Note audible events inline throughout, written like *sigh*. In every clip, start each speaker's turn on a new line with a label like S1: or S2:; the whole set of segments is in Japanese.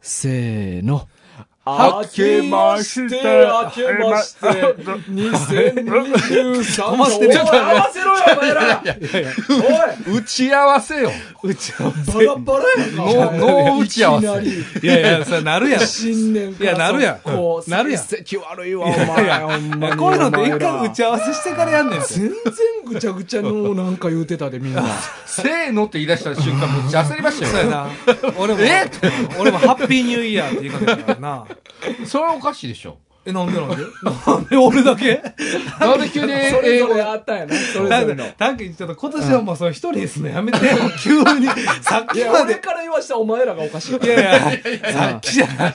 S1: せーの。
S2: 明けまして、明けまして、2023
S1: ま
S2: 年。
S1: してね
S2: おい合わせろよ、お前ら
S3: 打ち合わせよ。
S1: 打ち合わせ。
S2: おいバラバラやんか
S3: ノーノー打ち合わせ
S2: いきなり
S3: いやいや、それなる
S4: *laughs*
S3: やん。
S2: 新年から
S3: いやなるやん
S2: こう
S3: なるやん
S2: 成績悪いわ、お前。ほんまに
S3: こういうのって一
S2: お前ら
S3: 回打ち合わせしてからやんねんて。
S2: 全然ぐちゃぐちゃのなんか言うてたで、みんな。
S3: せーのって言い出した瞬間、めっちゃ焦りました
S4: そうや
S3: よ。
S4: な。 *laughs* 俺も、 *laughs* 俺もハッピーニューイヤーって言いかけたからな。
S3: それはおかしいでしょ。
S4: *laughs* え、なんでなんでなんで *laughs* 俺だけ
S3: なんで急に
S2: それ
S3: 英
S2: ぞ
S3: 語
S2: れあったんやな、それ
S4: な
S2: ぞ
S4: ん
S2: れ
S4: で
S2: の。
S4: なんかちょっと今年はもうその一人ですね。やめて。 *laughs* 急に。さっ
S2: い
S4: き
S2: や、
S4: ま
S2: 俺
S4: で。
S2: から言わしたらお前らがおかしい。
S4: いやいや、さっきじゃない。さ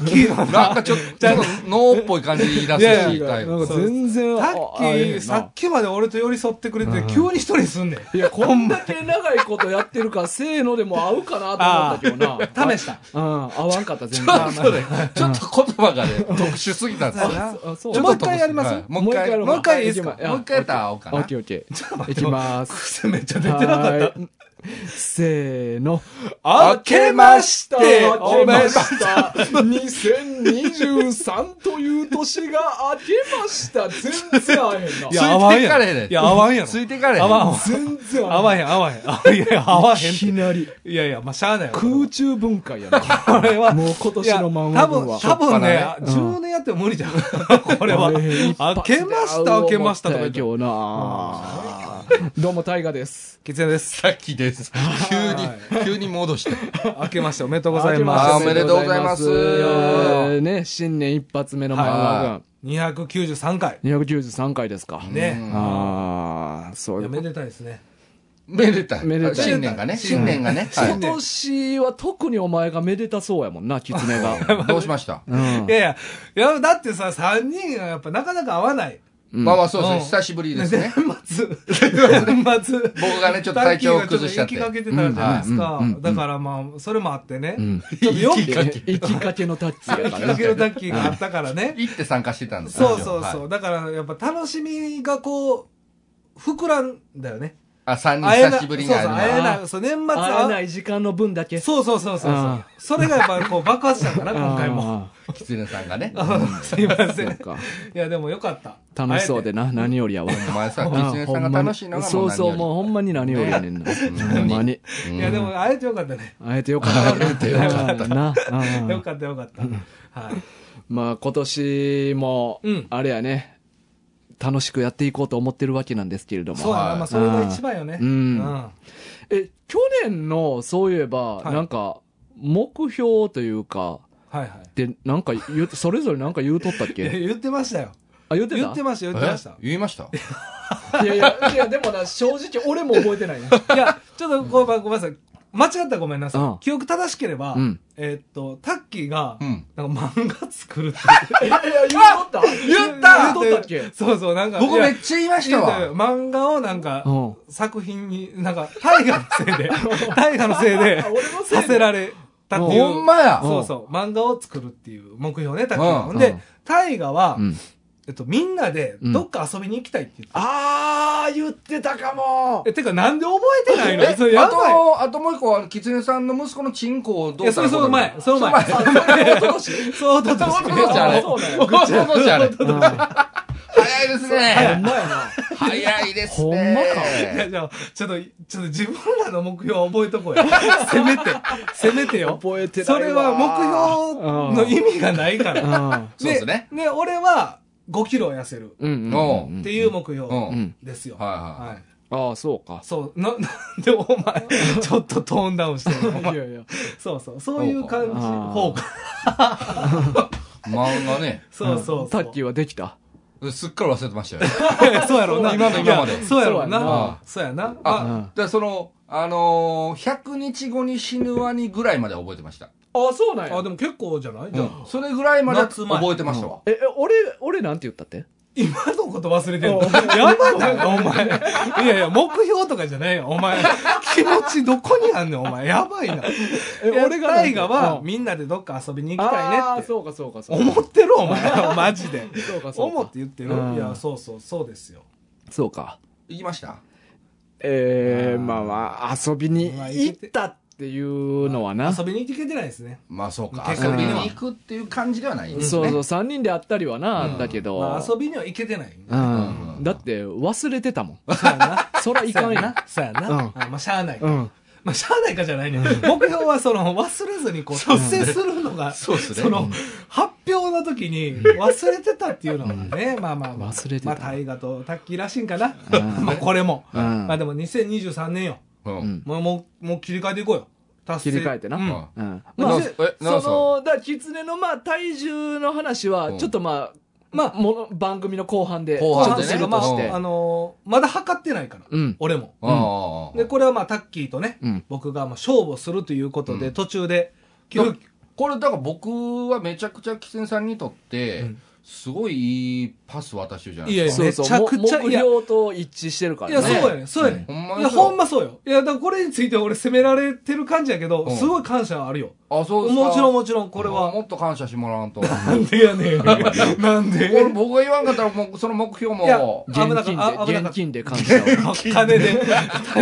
S4: っきの
S3: なん
S4: な。
S3: かちょっと、ちょっと脳っぽい感じで言い出
S4: いや
S3: す
S4: い
S3: し、タイ
S2: なん
S3: プ
S2: か全然、
S4: さ
S2: ああえ
S4: っ
S2: え
S4: き、
S2: な
S4: さっきまで俺と寄り添ってくれて、急に一人すんねん。
S2: いや、こんだけ長いことやってるから、せーのでも合うかなと思ったけどな。
S4: 試した。
S2: うん、合わんかった、全
S3: ちょっ
S2: 然。
S3: とねちょっと言葉がね、 *laughs* 特殊すぎたんですよ。
S2: あそう
S3: ちょっと
S4: もう一回やります
S3: はいもう一回、
S2: やろ
S3: もう一回いいです
S2: は
S3: か
S2: 行き
S3: もう
S2: ま
S3: 一回やったら会おうか
S2: オ
S3: な
S2: ッ。ケーオッケー。いきます。
S4: 癖 *laughs* めっちゃ出てなかった。
S2: はーいせーの。
S4: 明けまして
S2: 明け
S4: おめ
S2: ま
S4: でとう
S2: した。2023という年が明けました。全然会えへんな。
S4: いや、合わ
S3: つ
S4: ん
S3: いてかれへん
S4: や
S3: ねん
S4: ん。いや、合わんやろ。
S3: ついてかれへん
S4: 合わんわ。
S2: 全然
S4: 合
S2: ん。
S4: わへん、合わへん。あいやいや、合わへん
S2: い
S4: って。
S2: きなり。
S4: いやいや、まあ、しゃあないわ。
S2: 空中分解やな。
S4: これは。
S2: もう今
S4: い
S2: 年
S4: や、
S2: の
S4: 多
S2: 漫画文
S4: 分、
S2: は。
S4: 多分ね、
S3: 初
S4: 10年やっても無理じゃん。これは。開けました、開けましたとか言って。
S2: 今日などうも、大河です。
S4: 吉也です。
S3: さっきです。急に、急に戻して。
S4: 開けましておめでとうございま
S3: あ
S4: す
S3: ー。おめでとうございます
S2: いやーね、新年一発目の漫画
S3: は
S4: 293回。
S2: 軍、293回ですか。
S4: ね。
S2: ああ、そう
S4: い
S2: い
S4: や、
S2: う
S4: めでたいですね。
S3: めでたい。
S2: めでたい
S3: 新年がね、新年がね。
S2: 今年は特にお前がめでたそうやもんな、狐が。
S4: *laughs*
S3: はいどうしました
S2: うん
S4: い。やいや、いや、だってさ、3人がやっぱなかなか合わない。
S3: まあまあそうですね、
S4: うん
S3: 久しぶり
S4: 年
S3: です
S4: 末
S3: ね。。
S4: *laughs* 年末。
S3: 僕がね、ちょっと体調を崩しちゃっ
S4: タ
S3: て
S4: ッキー。がちょっと息がけてたじゃないですか
S3: うんうんうんう。ん
S4: だからまあ、それもあってね。
S2: ん
S4: ちょっとよっ
S3: 息がけ
S2: 生きかけのタッチやか
S4: き
S2: ら
S4: っか
S2: ね。
S4: けのタッキーがあったからね。
S3: 行って参加してたんですよ
S4: そうそうそう。
S3: はい
S4: だから、やっぱ楽しみがこう、膨らんだよね。
S3: あ、三人
S4: 会えな
S3: 久し
S4: い、そうそ
S3: ぶ
S4: う、
S3: りに会えるな
S4: 会えない。そう、年末
S2: 会えな
S4: 会
S2: い時間の分だけ。
S4: そうそうそうそうそう。それがやっぱこう爆発したから、今回も。
S2: あ
S3: 狐さんが
S4: *laughs*
S3: ね。
S4: すいませ。
S2: ー。そうんか
S4: いや、でもよかった。
S2: 楽しそうで
S4: 会
S2: な、何よりやわ。
S3: お前さ、
S2: あ
S3: 狐さんが楽しいのが
S2: ほんまにそうそ
S3: も
S2: う、もうほんまに *laughs* 何よりやねんな。ほんまに。
S3: う何
S4: えて。
S3: より。
S4: いや、でも会えてよかったね。
S2: 会えてよかった。
S3: 会えてよかった
S2: *laughs* な。う
S4: よ
S2: ん
S4: かったよかった。はい。
S2: まあ今年も
S4: うん、
S2: あれやね、楽しくやっていこうと思ってるわけなんですけれども。
S4: そうだな、まあそれが一番よね。
S2: うん
S4: うん
S2: え、去年の、そういえば、
S4: はい
S2: なんか、目標というか、
S4: はいはい。
S2: で、なんか言う、それぞれなんか言うとったっ
S4: いや
S2: け
S4: 言ってましたよ。
S2: あ、言ってた
S4: 言ってました、言ってました
S3: え。言いました
S2: いやいや、いや、でもな、正直俺も覚えてないな。
S4: いや、ちょっとごめんごめんなさい。間違ったらごめん
S2: う
S4: な
S2: ん
S4: さい。記憶正しければ
S2: うん、
S4: えーっと、タッキーが
S3: う、ん。
S4: なんか漫画作るって。
S2: いやいや、言うとった
S3: 言った
S2: 言うとったっけ
S4: そうそう、なんか。
S3: 僕めっ
S4: ち
S3: ちゃ言いましたわ。
S4: 漫画をなんか
S2: う、ん。
S4: 作品に、なんか、大河のせいで、大河のせいで
S2: あ、俺のせいで
S4: させられたってい
S3: ほん
S4: う。
S3: まや。
S4: そうそう、漫画を作るっていう目標ね、タッキー
S3: うん
S4: は。ほん
S2: う
S4: で
S2: ん、
S4: 大河は
S2: う、ん。
S4: えっと、みんなで、どっか遊びに行きたいって言って。
S3: あー、言ってたかも。
S4: え、てか、なんで覚えてないのそれ
S3: えあ
S4: やばい。
S3: と、あともう一個は、狐さんの息子のチンコをど
S4: いうや、それその前、その前。
S3: そう
S4: そうだ
S3: そう
S4: と。
S3: じゃあれ。
S2: そうなんや
S3: そうじゃあれ。早いです
S2: ほん
S3: ね。
S2: まやな。
S3: 早いですね。
S2: ほんまか
S4: いや、じゃあ、ちょっと、ちょっと自分らの目標は覚えとこうよ。せめて、せめてよ。
S2: 覚えてない
S4: そ
S2: わ。
S4: れは目標の意味がないから。
S3: そうですね。
S4: ね、俺は5キロ痩せる
S2: うん。うん。
S3: おう
S2: うん
S4: っていう目標
S3: うん
S4: ですよ。
S3: はいはい
S4: はい。
S2: ああ、そうか。
S4: そう、な、 *laughs* なんでお前、ちょっとトーンダウンしてる。お
S2: いやい
S4: 前
S2: や。
S4: そうそう、そういう感じ、
S2: あー
S4: 方向。
S3: 漫画ね。
S4: そうそうそう。
S2: タッキーはできた。
S3: すっかり忘れてましたよ。
S4: *laughs* そうやろうな。
S3: 今の今まで
S4: いやそうやろ
S3: や
S2: そう
S4: うな
S3: な。
S4: そうやな。
S3: あ、
S4: あ、
S3: だからその、あのー、100日後に死ぬワニぐらいまでは覚えてました。
S2: あ、そうなん
S4: あでも結構じゃないじゃあ。
S3: それぐらいまでは
S4: 夏前
S3: 覚えてましたわ。
S2: え、え俺、俺なんて言ったって
S4: 今のこと忘れてるの
S2: お
S4: やばないか、お前。いやいや、目標とかじゃないよ、お前。気持ちどこにあんねん、お前。やばいな。
S2: え
S4: 俺が大河は、
S2: うん
S4: みんなでどっか遊びに行き
S2: あ
S4: たい
S2: あ
S4: ね
S2: ー
S4: って。
S2: そうかそうかそうか。
S4: 思ってる、お前。マジで。
S2: そうかそうか
S4: 思って言ってる
S2: うん
S4: いや、そうそう、そうですよ。
S2: そうか。
S3: 行きました
S2: えー、まあまあ、遊びに行ったっっていうのはな。
S4: 遊びに行けてないですね。
S3: まあそうか。
S4: 結
S3: 遊
S2: 果的
S3: び
S2: に
S3: に
S2: は
S3: 行くっていう感じではないです
S2: そう
S3: ね。
S2: そう、3人であったりはな、あったけど。
S4: まあ、遊びには行けてない。
S2: うん。だって、忘れてたもん。
S4: *laughs* そうやな。
S2: そらいかんよ。
S4: そうやな。
S2: うん
S4: あまあ、しゃあないか。
S2: うん。
S4: まあ、しゃあないかじゃないね。目標は、その、忘れずに、こう、達成するのが、
S3: そうっすね
S4: その、発表の時に、忘れてたっていうのはね、まあまあまあ、
S2: 忘れてた
S4: まあ、大河とタッキーらしいんかな
S2: う。ん
S4: *laughs* まあ、これも。
S2: うん
S4: まあ、でも、2023年よ。
S3: うん
S2: うん
S4: もう、もう、もう切り替えていこうよ。達成
S2: 切り替えてな
S4: うん
S3: うん
S2: うん。
S3: な
S2: ま
S3: ん
S2: あ
S3: すえ、なんすか
S2: その、だから狐のまあ体重の話
S3: う
S2: は、
S3: ん
S2: ちょっとまあ、まあ、もの番組の後半で、
S3: 後半でね
S2: ちょっとする
S4: ま
S2: と
S4: あ
S2: し
S3: う
S2: て
S3: ん
S4: あ。のーまだ測ってないから、
S2: うん
S4: 俺も。
S3: ああ
S4: で、これはまあ、タッキーとね、
S2: うん
S4: 僕がまあ勝負をするということで、
S3: うん
S4: 途中で、急
S3: だ
S4: 遽
S3: これだから僕はめちゃくちゃキツネさんにとって、
S4: うん
S3: すごいいいパス渡してるじゃない
S4: いやい
S3: で
S4: や
S3: すか。
S2: そうそう、
S4: めちゃくちゃ
S2: も目標と一致してるか
S4: いや、
S2: ら
S4: そう
S2: ね。
S4: やねそうやね、
S3: ほんま
S4: い
S3: に
S4: や、
S3: そう
S4: ほんまそうよ。いや、だからこれについては俺責められてる感じやけど、
S3: うん
S4: すごい感謝はあるよ。
S3: あ、そうですか
S4: もちろんもちろん、これ
S3: あ
S4: は。
S3: もっと感謝してもらわん
S4: *laughs*
S3: と。
S4: なんでやねん。なんで
S3: 俺僕が言わんかったらもうその目標
S4: いや
S3: も。
S4: そう危な
S2: 現
S4: かっ
S2: 金
S4: たあ危
S2: で、
S4: なかった
S2: 現金で感謝を。
S4: *laughs* 金で、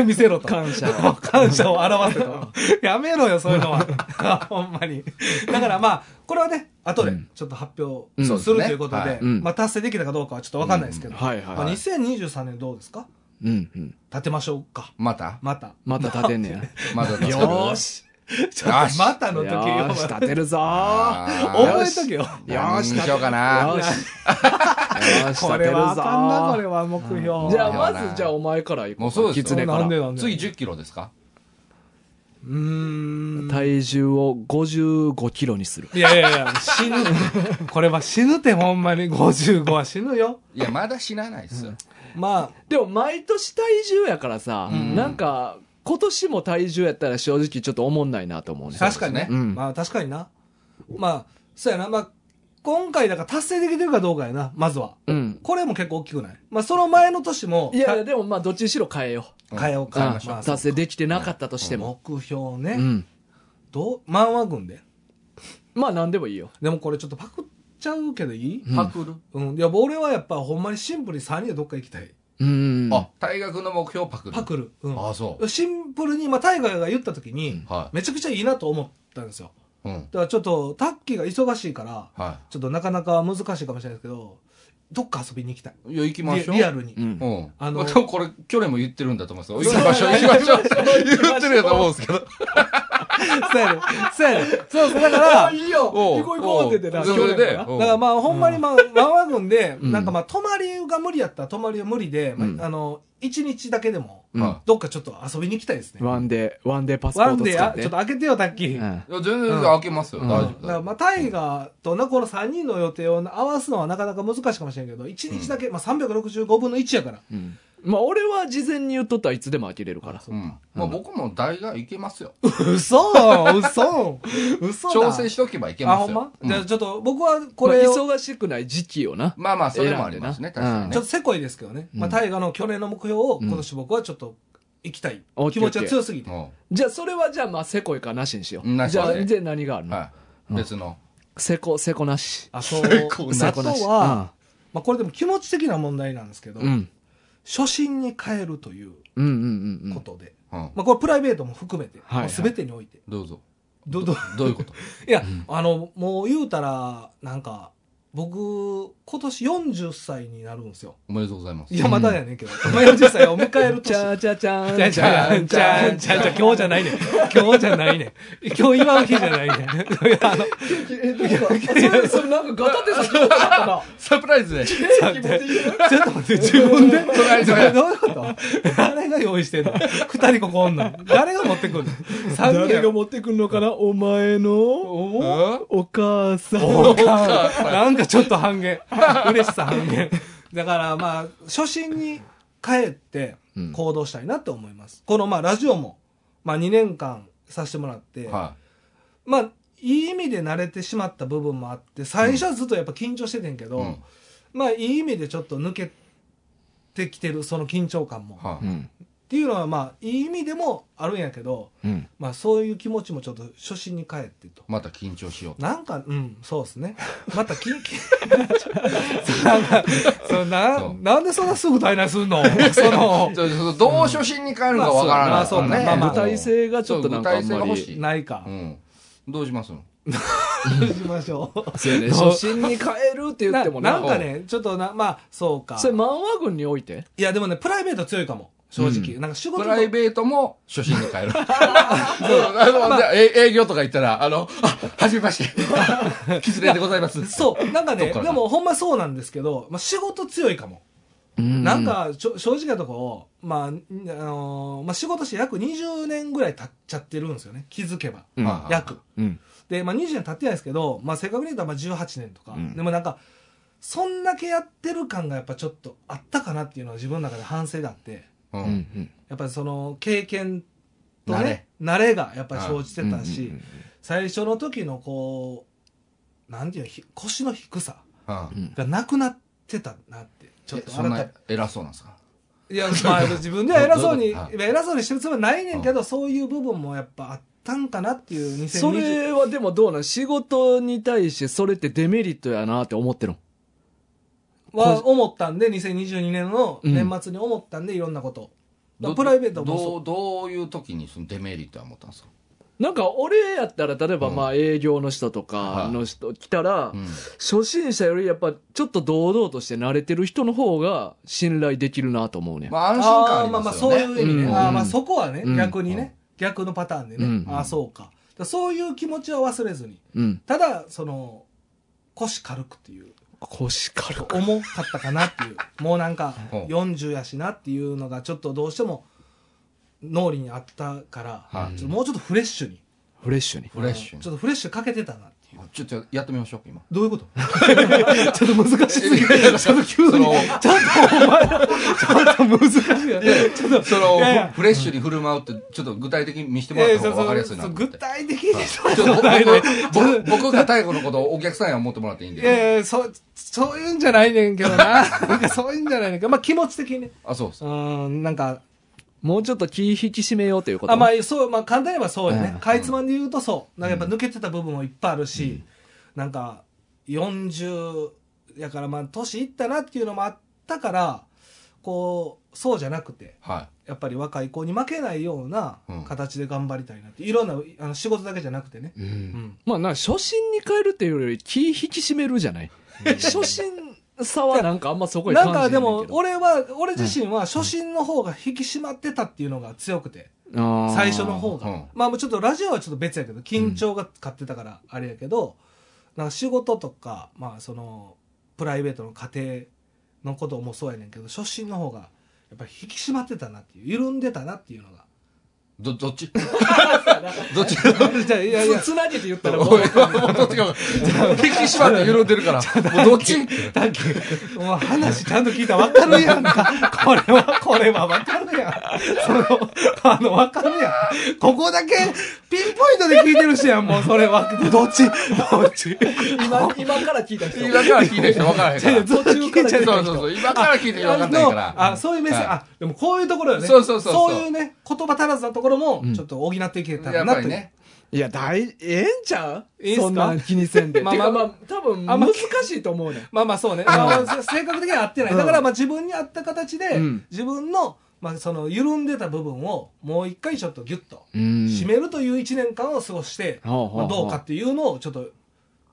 S4: 見せろ
S2: *laughs*
S4: と。
S2: 感謝を
S4: *laughs* 感謝を表せと。 *laughs* やめろよ、そういうのは。 *laughs* ほんまに。だからまあ、これはね、後でちょっと発表
S2: うん
S4: するということ
S3: そう
S4: で
S3: ですね、
S2: はいうん
S4: まあ達成できたかどうかはちょっとわかんないですけど、
S2: はいはい
S4: まあ
S2: はい。
S4: 2023年どうですか
S2: うんうん。
S4: 立てましょうか。
S3: また
S4: また。
S2: また立てん
S4: *laughs*
S2: ねや。
S3: また
S2: よーし。
S4: ちょっとまたの
S2: よ
S4: 時
S2: ーし、立てるぞー。
S3: あ
S4: *laughs* 覚えとけよ。
S3: ー何にしようか
S2: よ
S3: な。
S2: し。よし、
S4: こ
S2: 立て
S4: れ
S2: るぞ
S4: はあかんな、こ
S2: ー
S4: れ。は目標。
S2: じゃ
S3: これ
S2: あ、
S3: はな
S2: まず、じゃあ、お前から行こ
S3: もうそうですよ
S2: 狐か
S4: なんで
S2: ら。
S4: なんで
S3: 次10キロですか
S4: うーん。
S2: 体重を55キロにする。
S4: いやいやいや、
S2: *laughs*
S4: 死ぬ。これは死ぬってほんまに55は死ぬよ。
S3: いや、まだ死なないっすよ。
S4: まあ、
S2: でも毎年体重やからさ、
S4: うん
S2: なんか今年も体重やったら正直ちょっと思んないなと思うね。
S4: 確かにね。
S2: そうですねうん
S4: まあ確かにな。まあ、そうやな。まあ、今回だから達成できてるかどうかやな、まずは。
S2: うん。
S4: これも結構大きくないまあその前の年も、
S2: いやいや、でもまあどっちにしろ変えよう。
S4: 変えよう
S2: うん
S4: か。まあ
S2: 達成できてなかったとしても。
S4: 目標
S2: う
S4: ね。
S2: ん。
S4: どう漫画軍で。
S2: まあ何でもいいよ。
S4: でもこれちょっとパクっちゃうけどいい
S2: うん
S3: パクる
S4: うん。いや、俺はやっぱほんまにシンプルに3人でどっか行きたい。
S2: うん。
S3: あ、大学の目標パクる。
S4: パクる。うん。
S3: あ、そう。
S4: シンプルに、まあ、タイガーが言った時に、
S3: は
S4: めちゃくちゃいいなと思ったんですよ。
S3: い。うん。
S4: だからちょっと、タッキーが忙しいから、
S3: は
S4: ちょっとなかなか難しいかもしれないですけど、どっか遊びに行きたい。
S3: い。いや、行きま
S4: リ
S3: しょう。
S4: リアルに。
S2: うん。
S3: うん。
S4: あ
S3: あ
S4: の
S3: の、多分これ、去年も言ってるんだと思うんですよ。行きましょう、行きま
S4: *laughs*
S3: しょう。言ってるやと思うんですけど。
S4: そうやね。そうやね。そうそう。だから、
S5: いいよ
S3: おう
S5: 行こう行こうって言ってな。
S3: おうそれで
S5: 去年か
S3: お
S5: な
S3: う
S4: だからまあ、ほんまにまあ、ワンワン軍で、
S2: うん
S4: なんかまあ、泊まりが無理やったら泊まりは無理で、
S2: うん
S4: まあ、あの、一日だけでも、
S2: うん
S3: は
S4: どっかちょっと遊びに行きたいですね。
S2: ワンデー、ワンデーパスポ
S4: ワ
S2: ー
S4: ン
S2: ト
S4: で、
S2: 使
S4: あ
S2: っ
S4: ち
S2: て。
S4: ょっと開けてよ、タッキー。
S2: うん
S3: い。いや、全然
S4: うん
S3: 開けますよ。
S2: うん
S3: 大
S4: だ
S3: 丈
S4: か
S3: 夫。
S4: らまあ、タイガーとな、この3人の予定を合わすのはなかなか難しいかもしれんけど、1日だけ、まあ365分の1やから。
S2: うんまあ俺は事前に言っとったらいつでも開けれるから。
S3: うん。まあ僕も大学行けますよ。
S4: 嘘嘘嘘だ
S3: 調整しとけばいけ
S4: あ、
S3: ま
S4: ほ
S3: す
S4: ん
S3: よ
S4: ま。
S3: うん
S4: じゃあちょっと僕はこ
S2: これ
S4: れを、ちょっ
S2: 忙しくない時期をな。
S3: まあまあ、それもありますね、確
S2: 選んでな
S3: かに
S4: と
S3: ね。
S4: せこいですけどね。まあ
S2: うん
S4: タイガーの去年の目標を
S2: うん
S4: 今年僕はちょっと行きたい
S2: オ。ッケ
S4: 気
S2: ーオ
S4: 持
S2: ッケ
S4: ち
S2: ー
S4: が強すぎて。
S3: も
S2: じゃあそれはじゃあまあせこいかなしにしよ
S3: な
S2: う。
S3: し
S2: じゃあ
S3: ね
S2: じゃあ何がある
S3: う、
S2: の
S3: はい。別の。
S2: せこ、せこなし。
S4: あ、そう。
S3: こ
S2: せ
S4: あ
S2: ことなし。
S4: は、まあこれでも気持ち的な問題なんですけど
S2: う、ん。
S4: 初心に変えるという
S2: うんうんうんう
S4: こ
S2: ん。
S4: とで、
S3: うん。
S4: まあこれプライベートも含めて、
S2: はい
S4: も
S2: は
S4: う
S2: い
S4: 全てにおいて。
S3: どうぞ。
S4: どど
S3: どういうこと
S4: いや、あの、もう言うたら、なんか、僕、今年40歳になるんですよ。
S3: おめでとうございます。
S4: いや、まだやねんけど。まあ40歳を迎える
S2: ち
S4: 年。
S2: ゃーちゃーちゃーん。
S4: じゃじゃじ *laughs* ゃじゃじゃ今日じゃないねん。今日じゃないねん。今日祝う日じゃないねん。 *laughs* あの
S5: え、なんか、それ、それなんかガタってさ、聞こえたな。
S3: サプライズで。
S5: 気持ちいいよ
S4: ちょっと待って、自分 *laughs* で。
S3: それそれ
S4: どういうこと誰が用意してんの二人ここおんの誰が持ってくんの三人や
S2: 誰が持ってくんのかなお前の
S4: お
S2: お母さん。
S4: おなんかちょっと半減。 *laughs* 嬉しさ半減。だからまあ、初心に帰って
S2: うん
S4: 行動したいなと思います。このまあ、ラジオも、まあ2年間させてもらって、
S3: は
S4: まあ、いい意味で慣れてしまった部分もあって、最初はずっとやっぱ緊張しててんけ
S3: い。
S4: ど、
S3: うん。
S4: まあ、いい意味でちょっと抜けてきてる、その緊張感も。っ
S3: は
S2: う
S3: い。
S2: ん。
S4: ていうのはまあ、いい意味でもあるんやけど、
S2: うん。
S4: まあ、そういう気持ちもちょっと初心に帰ってと。
S3: また緊張しよう。
S4: なんか、うん、そうですね。また緊、緊そんな
S3: そう
S4: なんでそんなすぐ体内すんのその
S3: そうそうそうどう初心に帰るのかわからないからね、
S4: まあまあ
S2: 具体性がちょっとなんかあん
S3: そう
S2: ま
S3: 具体性が欲し
S2: り。
S3: い
S4: ないか
S3: う。ん、どうしますの
S4: どうしましょう。
S2: そうやね。初心に変えるって言っ
S4: な
S2: ても
S4: な
S2: なん
S4: かね、ちょっとな、まあ、そうか。
S2: それ漫画軍において
S4: いや、でもね、プライベート強いかも。正直。なんか仕
S3: プ
S4: 事と
S3: ライベートも初心に帰
S4: *laughs*
S3: る。そうあのえ営業とか行ったら、あの、あ、はじめまして。失礼でございます。
S4: そう。なんか
S3: ど
S4: ね、
S3: っか
S4: で
S3: ら
S4: もほんまそうなんですけど、まあ、仕事強いかも。なんか、ちょ正直なとこ、まあ、んあのーまあ、仕事して約20年ぐらい経っちゃってるんですよね。気づけば。
S2: うん
S3: まあ
S4: 約。
S2: うん。
S4: で、まあ、20年経ってないですけど、まあ、正確に言うとまあ18年とか、
S2: うん
S4: でもなんかそんだけやってる感がやっぱちょっとあったかなっていうのは自分の中で反省があって
S3: う。
S2: うんん。
S4: やっぱりその経験と
S3: 慣
S4: ね
S3: れ
S4: 慣れがやっぱり生じてたし、最初の時のこうなんていうのひ腰の低さ
S3: うん
S4: がなくなってたなってちょっ
S3: え
S4: と
S3: そ
S4: 改
S3: ん
S4: め
S3: な
S4: て。
S3: 偉そうなんですか
S4: いや、まあ、自分では偉そうに、
S3: どういうこと
S4: 偉そうにしてるつもりないねんけど、そういう部分もやっぱあったんかなっていう、2020
S2: それはでもどうなん仕事に対してそれってデメリットやなって思ってるの
S4: は思ったんで、2022年の年末に思ったんで、いろんなこと。
S3: ど
S4: プライベートも
S3: ど、
S4: そう
S3: どういう時にそのデメリットは思ったんですか
S2: なんか俺やったら例えば
S3: うん
S2: まあ営業の人とかの人来たら
S3: うん
S2: 初心者よりやっぱちょっと堂々として慣れてる人の方が信頼できるなと思うねん
S3: まあ安
S4: う。
S3: 心感あ
S4: あ
S3: り
S4: ーまあま
S3: ま
S4: あ、
S3: す
S4: そ
S3: よ
S4: う
S3: ね。
S4: いう意味ね。
S2: うん
S4: あーまあ、そこはね、
S2: うん
S4: 逆にね、逆のパターンでね。
S2: うん
S4: ああ、そうか。だからそういう気持ちは忘れずに。
S2: うん
S4: ただ、その、腰軽くっていう、
S2: 腰軽く
S4: 重かったかなっていう、もうなんか
S3: うん
S4: 40やしなっていうのが、ちょっとどうしても脳裏にあったから
S3: は、い
S4: ちょっともうちょっとフレッシュに。
S2: フレッシュに
S3: フレッシュ
S4: うん
S3: に
S4: ちょっとフレッシュかけてたなっていう。
S3: ちょっとやってみましょう、今。
S4: どういうことちょっと難しい。
S3: その急に。その、
S4: 難しいよね。ちょっと
S3: そ
S4: いやいや
S3: のフレッシュに振る舞うって、ちょっと具体的に見せてもらった方が分かりやすいなと思っ
S4: 具
S3: て。
S4: 体的にそう
S3: ちょっと
S4: ないね
S3: 僕僕僕が太鼓のことをお客さんや思ってもらっていいん
S4: いや
S3: で。
S4: いやそうそういうんじゃないねんけどななんかそういうんじゃないねんけどまあ気持ち的にね
S3: あ、そうです。
S4: うんなんか
S2: もうちょっと気引き締めようということ
S4: あま
S2: あ
S4: あそうまあ簡単に言えばそうよね、
S2: うん
S4: かいつまんで言うとそうなんかやっぱ抜けてた部分もいっぱいあるし、なんか40やからまあ年いったなっていうのもあったからこうそうじゃなくて
S3: は
S4: やっぱり若い子に負けないような
S3: うん
S4: 形で頑張りたいなって、いろんなあの仕事だけじゃなくてね、
S3: い。
S4: うん
S2: まあな初心に変えるっていうより気引き締めるじゃない初心さはなんかあんまそこに
S4: な
S2: 感
S4: ん
S2: じ
S4: か
S2: へんね
S4: で
S2: んけど
S4: も俺は俺自身は初心の方が引き締まってたっていうのが強くて
S2: あー
S4: 最初の方が、
S3: うん
S4: まあもうちょっとラジオはちょっと別やけど緊張が勝ってたからあれやけど、なんか仕事とかまあそのプライベートの家庭のこともそうやねんけど初心の方がやっぱり引き締まってたなっていう緩んでたなっていうのが
S3: ど、どっちどっち
S4: じゃあいやいや
S2: つなげて言ったらもう
S3: 俺はもうどっちか。引き締まって緩んでるから。もうどっち
S4: だっけもう話ちゃんと聞いたら分かるやんか。これは、これは分かるやん。その、あの、分かるやん。ここだけピンポイントで聞いてる人やん、もうそれは。どっちどっち
S2: 今今から聞いた人
S3: 今から聞いてる人分からへんから。
S4: *laughs* 途中から
S3: そう
S4: 聞いて
S3: そう
S4: る
S3: そう。今から聞いてる人分かんないから。
S4: あ、そういう目線、
S3: はい
S4: あ、でもこういうところよね。
S3: そうそうそうそう
S4: いうね、言葉足らずなところも、ちょっと補っていけた
S3: や
S4: ら
S3: っ
S4: な
S3: ぱ
S4: とい
S3: り
S4: う。
S3: ね。
S2: いや大ええんちゃう
S4: ええんすか
S2: そんなん気にせんで
S4: ま
S2: ま
S4: あ
S2: あ
S4: ま
S2: ま
S4: あ
S2: あ、多分
S4: あんま
S2: 難しいと思うねん
S4: まあまあそうね。まあまあ性格的には合ってない。だからまあ自分に合った形で、
S2: うん
S4: 自分の、まあその緩んでた部分をもう一回ちょっとギュッと締
S2: 締め
S4: めるという1年間を過ごして、
S2: ほうほうほう
S4: まあどうかっていうのをちょっと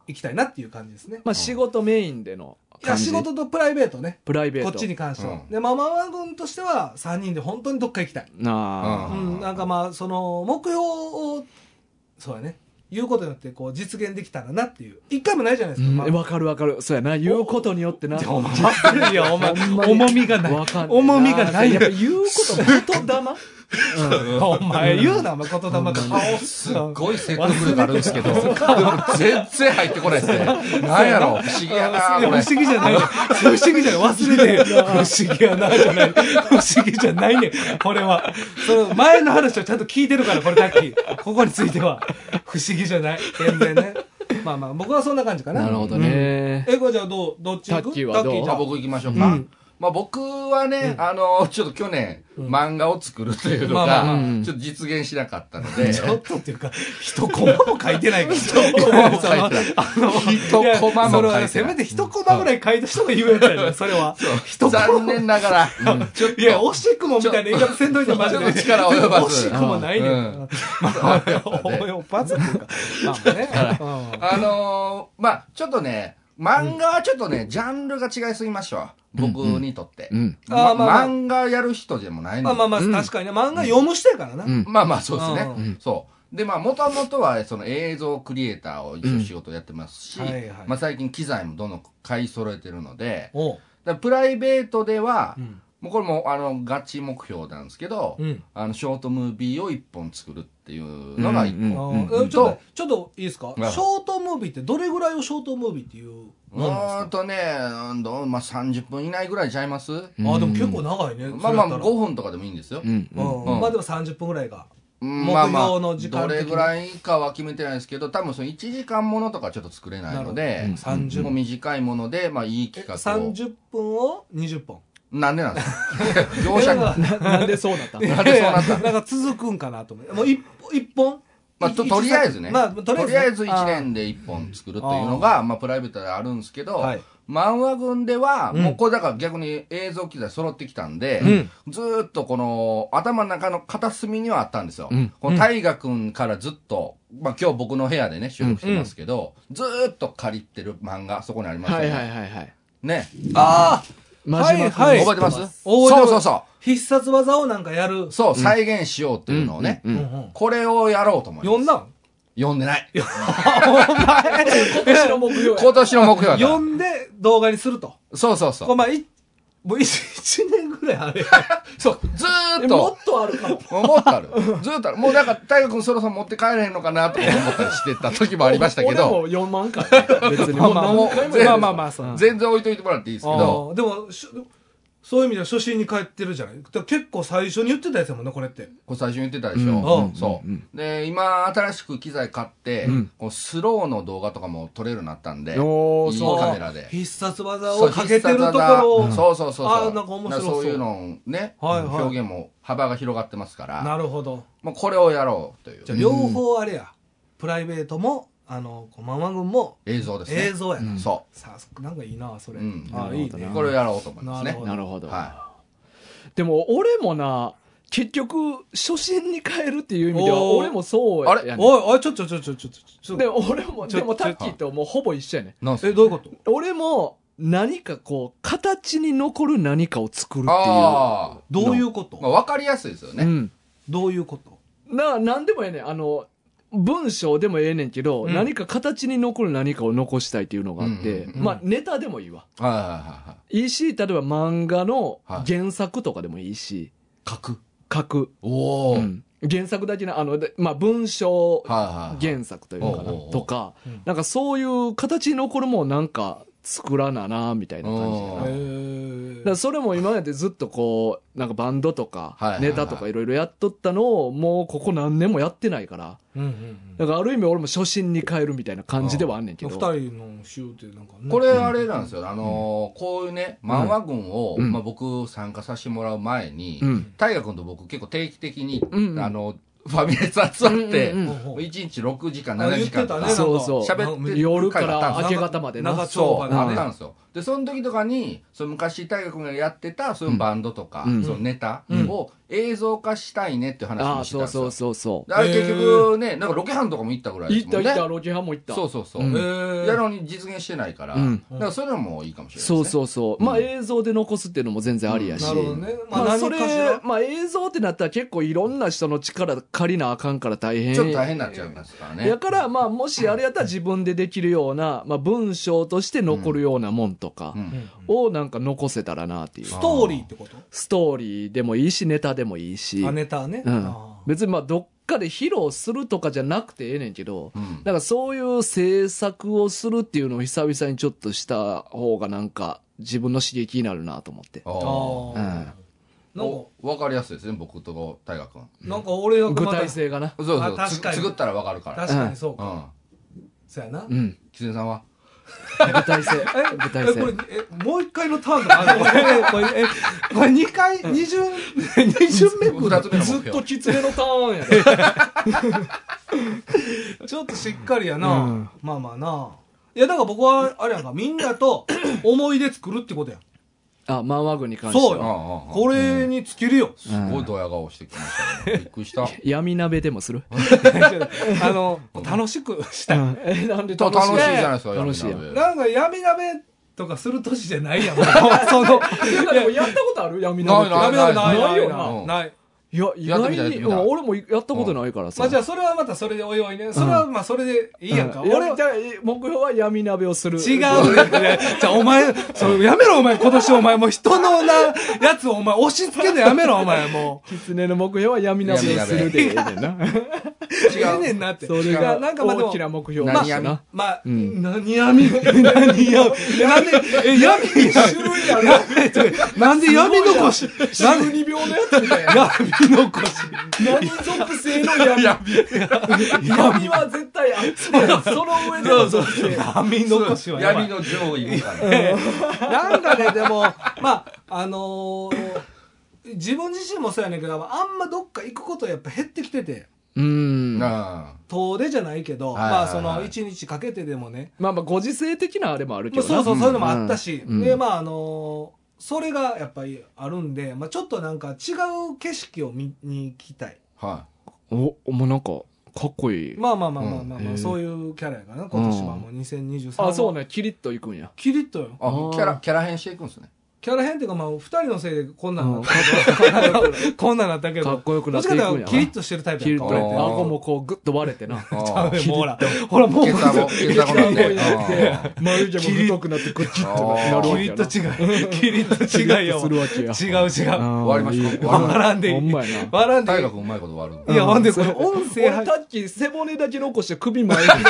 S4: 行きたいなっていう感じですね。
S2: まあ仕事メインでの
S4: いや
S2: 感じ
S4: 仕事とプライベートね。
S2: プライベー
S4: こ
S2: ト
S4: っちに関しては。
S3: うん
S4: で、ママワ軍としては3人で本当にどっか行きたい。
S2: なあ、
S3: う
S4: うんん、なんかまあ、その、目標を、そうやね。言うことによって、こう、実現できたらなっていう。一回もないじゃないですか。
S2: うん
S4: まあ
S2: わかるわかるそうやな言うことによってな
S4: お前忘れるよお前
S2: ほんまに
S4: 重みがない
S2: わかん
S4: 重みがない
S2: やっぱ言うこと言霊
S4: お前言うな、お前言霊が。
S3: 顔すっごい説得力あるんですけ
S4: *laughs*
S3: ど、でも全然入ってこないですね。なんやろ不思議やな
S4: 不
S3: これ。
S4: 思議じゃない。不思議じゃない。忘れて。不思議やな、じゃない。不思議じゃないね。これは。その前の話をちゃんと聞いてるから、これさっき。ここについては。不思議じゃない。全然ね。まあまあ、僕はそんな感じかな。
S2: なるほどね、
S4: え、これじゃあどう、どっち行く
S2: タッキーはどう
S4: タッキーじ
S3: じ
S4: ゃ
S3: ゃ
S4: あ
S3: あ
S4: 僕。
S3: 僕行きましょう
S4: う
S3: か
S4: ん。
S3: まあ僕はね、あの、ちょっと去年、漫画を作るというの
S4: まあま
S3: が
S2: あま、あ
S3: ちょっと実現しなかったので、
S4: ちょっとっていうか、一コマも書いてないけど。一
S3: コマも書いてない一コマも書いてない
S4: せめて一コマぐらい書いた人が言うやつやねそれは。一コ
S3: 残
S4: マ。
S3: 念ながら、ちょっと、
S4: いや、惜しくもみたいな言い方せんといて、マジ
S3: ちょっ
S4: で。
S3: と力及ばず
S4: 惜しくもないね
S3: うん
S4: ん。まあ、及ばずっていうか。まあね。
S3: あのーまあちょっとね、漫画はちょっとね、ジャンルが違いすぎましたわ。僕にとって。
S2: うん。
S3: ま
S4: あーまあまあ
S3: 漫画やる人でもない
S4: ま
S3: ので
S4: あまあまあ、確かにね。漫画読む人やからな。
S2: うん。
S3: まあまあそうですね。
S4: うん
S3: そう。で、まあ、もともとは、その映像クリエイターを一応仕事やってますし、
S4: うんはいはい
S3: まあ、最近機材もどんどん買い揃えてるので、
S4: おう。
S3: だからプライベートでは、
S4: うん
S3: もうこれも、あの、ガチ目標なんですけど、
S4: うん
S3: あの、ショートムービーを一本作るっていうのが一
S2: う
S4: あ
S2: ん
S3: 本。
S4: ー
S3: うん
S4: えちょっと、ちょっといいですかシ
S3: うん
S4: ョートムービーってどれぐらいをショートムービーっていう
S3: う
S4: もんなん
S3: ーん
S4: です
S3: とね、うんどうまあ、30分以内ぐらいちゃいます、
S4: かあー、でも結構長いね。
S3: まあまあ、
S4: それやったら
S3: 5分とかでもいいんですよ。
S2: うん。
S4: うん
S3: うん
S4: まあでも30分ぐらいが。
S3: うん
S4: 目
S3: まあま
S4: 標
S3: あ、
S4: の時間
S3: どれ
S4: 的に
S3: ぐらいかは決めてないですけど、多分その1時間ものとかちょっと作れないので、
S2: なるほどうん
S4: 30
S3: もう短いもので、まあいい
S4: え
S3: 企画を。
S4: 30分を20本。
S3: なんでなんですか *laughs* 業
S4: *laughs*
S3: 者が。
S2: ななんでそうなった
S3: なんでそうなっ
S4: いや
S3: た
S4: いや *laughs* なんか続くんかなと思って。もう一本、一本
S3: まあ、ととりあえずね。
S4: まあ、とりあえずね、
S3: 1年で1本作るというのが、まあ、プライベートであるんですけど、
S4: はい
S3: 漫画群では、
S4: うん
S3: もうこれだから逆に映像機材揃ってきたんで、
S4: ん
S3: ずーっとこの頭の中の片隅にはあったんですよ。
S2: うん
S3: この大河君からずっと、まあ今日僕の部屋でね、収録してますけど、ずーっと借りてる漫画、そこにありますよ
S2: は
S3: ね。
S2: いはいはいはい。
S3: ね。
S4: あ
S2: 真島君
S4: はい
S3: 覚えてます
S4: 覚えて
S3: そ
S4: ま
S3: う
S4: す
S3: そうそ
S4: あ、必殺技をなんかやる
S3: う。。そう、再現しようっていうのをね。
S2: うん
S4: うんうん
S3: これをやろうと思います。
S4: 呼ん
S3: *laughs*
S4: だん
S3: 読んでない。
S5: 今年の目標や。
S3: 今年の目標だ
S4: 呼んで動画にすると。
S3: そうそう
S4: こ
S3: そう
S4: れ。まあ、いもう一一年ぐらいあれ。
S3: *laughs* そう、ずー
S5: え
S3: っ
S5: も
S3: と
S5: っ。とあるかも。
S3: もっとある。ずーっとある。もうだから、大河君そろそろ持って帰れへんのかなとか思ったりしてた時もありましたけど、
S5: 俺も4万回。別に。もう何
S3: もう
S5: 回も
S3: 全然
S4: ま
S5: やる
S4: あまあまあ、そう。
S3: 全然置いといてもらっていいですけど、
S4: あーでもしゅそういう意味では初心に帰ってるじゃないだから結構最初に言ってたやつやもんねこれって
S3: これ最初に言ってたでし
S4: うん
S3: ょ
S4: う。ん
S3: そうう。で、今、新しく機材買って
S2: うん、
S3: こうスローの動画とかも撮れるようになったんで、いい
S2: おーそう
S3: カメラで。
S4: 必殺技
S3: そ
S4: を
S3: う
S4: かけてるところを
S3: 必殺技そうそうそうそう。
S4: あーなんか面白そう
S3: だらそういうのね、
S4: はいはい
S3: 表現も幅が広がってますから、
S4: なるほど
S3: もうこれをやろうとい
S4: じゃあ
S3: う。
S4: 両方あれやプライベートもあのこうママ軍も
S3: 映像ですね
S4: 映。像やな、
S3: そ
S4: さあなんかいいなそれ、
S3: うん
S4: あーいいね
S3: う。これをやろうと思います
S4: なる
S3: ね
S4: ほ。
S2: なるほど。
S3: は
S2: でも俺もな、結局、初心に変えるっていう意味では、
S4: おー
S2: 俺もそうやねん
S4: おいおいちょちょちょちょちょちょちょ
S2: でも俺も、
S4: ちょ
S2: でもタッキ
S3: は
S2: ー
S3: い
S2: ともうほぼ一緒やねん
S3: い。なんす
S4: えどういうこと
S2: 俺も、何かこう、形に残る何かを作るっていう。
S3: ああ。
S4: どういうこ
S3: まあ、
S4: と
S3: わかりやすいですよね。
S2: うん。
S4: どういうこと
S2: な、なんでもええねん。あの、文章でもええねんけど、
S4: うん
S2: 何か形に残る何かを残したいっていうのがあって、
S3: うん
S4: うんうん
S2: まあネタでもいいわ。
S3: はいはいはい
S2: いし、例えば漫画の
S3: はい
S2: 原作とかでもいいし、
S3: はい。書く。
S2: 書く。
S3: おお。
S2: う
S3: はい
S2: ん原作だけな、あの、でまあ文章
S3: はいはい。
S2: 原作というのかな
S3: おうおうおう
S2: とか
S4: うん、
S2: なんかそういう形に残るもんなんか作らなな、みたいな感じや
S3: う
S2: なだ
S3: ん
S2: か
S4: へ
S3: へ
S2: ら
S4: ー
S2: それも今までずっとこう、なんかバンドと
S3: はい
S2: か
S3: は、いはい
S2: ネタとかいろいろやっとったのを、もうここ何年もやってないから、
S4: うんうん
S2: だからある意味俺も初心に変えるみたいな感じではあんねんけ
S4: うん、
S2: ど。
S4: 二人の集ってなんかね
S3: これあれなんですよ。あのーこういうね、漫画群を、
S2: うん
S3: まあ僕参加させてもらう前に
S2: う、ん。
S3: 大河君と僕結構定期的に、
S2: うんうん
S3: あの、ファミレス集まって、
S2: うんうんうん
S3: 1日6時間、
S4: あ
S3: 7時間と
S4: 言
S3: か
S4: ってたね
S2: そうそう。
S3: 喋ってる
S2: 夜から明け方までな。
S4: 長丁
S3: そ
S4: 場
S3: う、
S4: で
S3: あ
S4: ね
S3: ったんですよ。で、その時とかに、その昔大学がやってた、そういうバンドとか、
S2: うん
S3: そのネタ
S2: うん
S3: を映像化したいねっていう話
S2: あ
S3: も
S2: あ、
S3: してたん
S2: そう
S3: です
S2: そ
S3: よ
S2: う。そうそう。
S3: であれ結局ね、なんかロケハンとかも行ったぐらいで
S2: 行
S3: す
S2: っ
S3: も
S2: た
S3: んね。
S2: 行った、ロケハンも行った。
S3: そうそうそう。
S2: うん
S4: へー
S3: やのに実現してないから、
S2: うん
S3: だからそういうのもいいかもしれないですね。
S2: そうそうそう。まあ映像で残すっていうのも全然ありやし。
S4: なるほどね。まあ、
S2: まあそ
S4: 何
S2: れ
S4: かしら、。
S2: まあ映像ってなったら結構いろんな人の力借りなあかんから大変。
S3: ちょっと大変になっちゃいますからね
S2: や。から、まあ、もしあれやったら自分でできるような、まあ、文章として残るようなもんとか
S3: うん
S4: うん
S2: をなんか残せたらなっていう。
S4: ストーリーってこと
S2: ストーリーでもいいし、ネタでもいいし。
S4: あネタね。
S2: うん
S4: あ、ー
S2: 別にまあどっかで披露するとかじゃなくてええねんけど、
S3: うん
S2: なんかそういう制作をするっていうのを久々にちょっとした方がなんか自分の刺激になるなと思って。
S3: あ
S4: あ
S3: ー
S4: ー
S2: うん
S4: なんか
S3: お、わかりやすいですね、僕と大河君。
S4: なんか俺がまた
S2: 具体性がな。
S3: そうそ
S4: あ
S3: う、つ
S4: 確かに
S3: 作ったらわかるから。
S4: 確かにそう
S3: う
S4: か。
S3: ん。
S4: そうやな
S2: う。ん。
S3: きつねさんは
S2: 舞台性。舞台
S4: *laughs* え、これ
S2: 性。、
S4: え、もう一回のターン
S2: *laughs*
S4: だな、これ。これ、え、これ二回、二巡、
S2: 二巡目くら
S3: 二
S2: い
S3: つ目の目
S5: ずっ
S3: 標
S5: とキツネのターンや
S2: *laughs*
S5: ね
S4: ちょっとしっかりやな。
S2: うん
S4: まあまあな。いや、だから僕は、あれやんか、みんなと思い出作るってことやん。
S2: あ、マンワグに関して
S4: そうよ
S2: は。
S3: ああ
S4: これに尽きるよ。
S3: すごいドヤ顔してきましたね。びっくり
S2: *laughs*
S3: した。
S2: 闇鍋でもする
S4: あの、楽しくしたい。
S5: えなんで
S3: た
S5: 楽
S3: 楽
S5: し
S3: しい
S5: い
S3: じゃないですか、
S2: 楽しい
S3: 闇鍋
S4: なんか、闇鍋とかする年じゃない
S2: *laughs*
S4: やん。もうその、
S5: なんかでもやったことある闇
S3: ない
S5: 鍋
S3: な
S4: ダ
S3: い
S4: メ
S3: な
S4: だ、
S3: い
S4: ない、ない
S5: よ
S3: な
S4: ない、ない。
S2: いや、意外
S3: やってみたいやってみ
S2: に、
S3: たい
S2: うん俺もやったことないからさ。
S4: まあじゃあ、それはまたそれでおいおいね。それはまあ、それでいいやんか。
S2: うん
S4: 俺は
S2: 俺、じゃあ目標は闇鍋をする。
S4: 違う。 *laughs* じゃあ、お前、それやめろ、お前。今年、お前、もう人のな、やつを、お前、押し付けんのやめろ、お前、もう。
S2: 狐の目標は闇鍋をするでええねんな。
S4: 違うねんなって。
S2: それ
S4: いや
S2: が
S4: なんかまあでも
S2: 大きな目標
S3: 何
S2: だ
S3: 闇
S2: しな。
S4: まあ、
S2: うん
S4: 何闇何闇えなんで、え、闇に種類あるなんで闇残し、なんで
S5: 12秒のやつみたいな
S4: 闇残し。
S5: 何属性の闇闇は絶対あってその上での属性
S4: 闇残しはやば
S3: 闇
S4: い。
S3: の上位みたいな。
S4: *laughs* なんかね、でも、まあ、あのー自分自身もそうやねんけど、あんまどっか行くことやっぱ減ってきてて、
S2: *laughs* うん。まあ
S3: な
S4: 遠出じゃないけど、
S3: はいはいはい
S4: まあその一日かけてでもね、
S2: まあ、ご時世的なあれもあるけ
S4: まあ、
S2: どな。
S4: そうそう、そういうのもあったし、
S2: うん
S4: で、
S2: うん
S4: まあ、あのーそれがやっぱりあるんで、まあ、ちょっとなんか違う景色を見に行きたい。
S3: あは
S2: お、おもうなんか、かっこいい。
S4: まあまあまあまあまあ、
S2: うん
S4: ま
S2: へ
S4: あ、
S2: え
S4: そういうキャラやからな、今年はもう2023
S2: あ、そう。ね。キリッといくんや。
S4: キリッとよ
S3: い。。あ、キャラ、キャラ変していくんですね。
S4: キャラ変っていうか、まあ、二人のせいでこんなんな
S2: う
S4: っ
S2: ん
S4: たけど、
S2: *laughs*
S4: こんなんなったけど、
S2: かっこよくなっていくん
S4: ど
S2: や
S4: っちかというとキリッとしてるタイプ
S2: キ
S4: や
S2: リッ
S4: んか
S2: と
S4: 俺
S2: やっ
S4: っ
S3: あ
S2: てて、
S3: ー
S2: 顎もこうグッと割れてな。
S3: ああ
S4: *laughs* もうほら、ほら、もう、
S3: 下駄も、下駄もなんで。
S2: *laughs*
S3: ああ
S2: 眉毛も太くなってグッチッとな
S3: あ
S2: な
S3: ー
S2: るわ
S4: キ
S2: け
S4: リ
S2: や
S4: ッ
S2: な。
S4: と違い。キリッと違いよ。
S2: するわけや。。
S4: 違う違う。
S3: 終わりましたた。終わりま
S4: 笑んでい
S2: ほん
S4: い。
S2: まやな。
S4: 笑んで
S3: 大
S4: い
S3: 学うまいこと終わ
S4: い。
S3: る。
S4: いや、ほんで、これ音声入
S5: 俺
S4: っ
S5: タッキー背骨だけ残して首前に出して